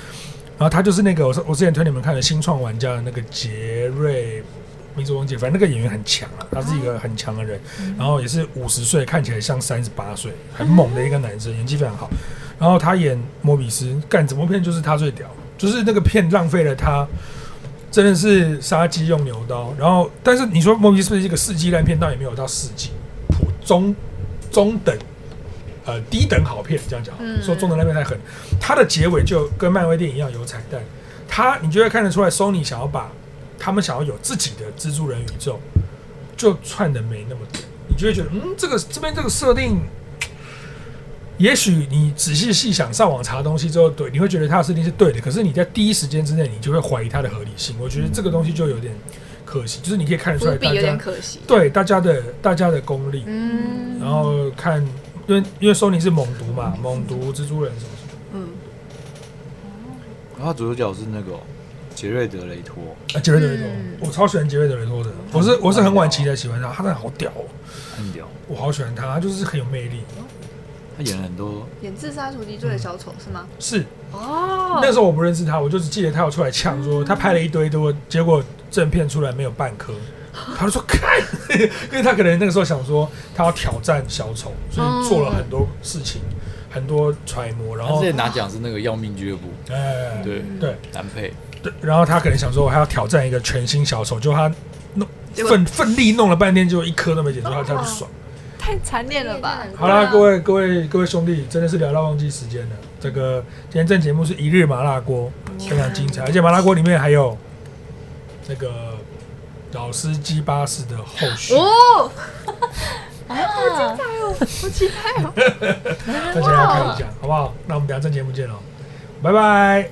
[SPEAKER 3] 然后他就是那个我我之前推你们看的《新创玩家》的那个杰瑞。名字忘记，反正那个演员很强啊，他是一个很强的人，然后也是五十岁，看起来像三十八岁，很猛的一个男生，演技非常好。然后他演摩比斯，干怎么片就是他最屌，就是那个片浪费了他，真的是杀鸡用牛刀。然后，但是你说摩比斯是一个四 G 烂片，倒也没有到四 G，普中中等，呃低等好片这样讲好了，
[SPEAKER 5] 嗯
[SPEAKER 3] 说中等烂片太狠。它的结尾就跟漫威电影一样有彩蛋，它你就会看得出来，Sony 想要把他们想要有自己的蜘蛛人宇宙，就串的没那么多，你就会觉得，嗯，这个这边这个设定，也许你仔细细想，上网查东西之后，对，你会觉得它的设定是对的，可是你在第一时间之内，你就会怀疑它的合理性。我觉得这个东西就有点可惜，就是你可以看得出
[SPEAKER 5] 伏
[SPEAKER 3] 来
[SPEAKER 5] 笔
[SPEAKER 3] 大
[SPEAKER 5] 有点
[SPEAKER 3] 家
[SPEAKER 5] 可惜。
[SPEAKER 3] 对大家的大家的功力，
[SPEAKER 5] 嗯
[SPEAKER 3] 然后看，因为因为索尼是猛毒嘛，猛毒蜘蛛人什么什么，
[SPEAKER 5] 嗯，
[SPEAKER 7] 然后主角是那个哦杰瑞德雷托，
[SPEAKER 3] 啊，杰瑞德雷托
[SPEAKER 5] 嗯，
[SPEAKER 3] 我超喜欢杰瑞德雷托的，我是我是很晚期才喜欢他，他真的好屌哦，
[SPEAKER 7] 很屌，
[SPEAKER 3] 我好喜欢他，他就是很有魅力。
[SPEAKER 7] 他演了很多
[SPEAKER 5] 演《自杀突击队》的小丑是吗？
[SPEAKER 3] 是
[SPEAKER 5] 哦嗯
[SPEAKER 3] 那时候我不认识他，我就只记得他有出来呛说他拍了一堆多，结果正片出来没有半颗。他就说看， 因为他可能那个时候想说他要挑战小丑，所
[SPEAKER 5] 哦
[SPEAKER 3] 以做了很多事情，很多揣摩，然
[SPEAKER 1] 他
[SPEAKER 3] 后
[SPEAKER 1] 之前拿奖是那个《要命俱乐部
[SPEAKER 3] 哎》，
[SPEAKER 1] 对
[SPEAKER 3] 对，
[SPEAKER 1] 男配，
[SPEAKER 3] 对，然后他可能想说，我还要挑战一个全新小丑，就他弄
[SPEAKER 5] 结果哦
[SPEAKER 3] 奋奋力弄了半天，结果一颗都没捡出，他他不爽。
[SPEAKER 5] 太残念了吧？
[SPEAKER 3] 好啦，各位各位各位兄弟，真的是聊到忘记时间了。这个今天这节目是一日麻辣锅，非常精
[SPEAKER 5] 嗯
[SPEAKER 3] 彩，而且麻辣锅里面还有这个老司机巴士的后续，
[SPEAKER 5] 哦，哦
[SPEAKER 3] 哦大家要开始讲好不好？那我们等一下这节目见喽，拜拜。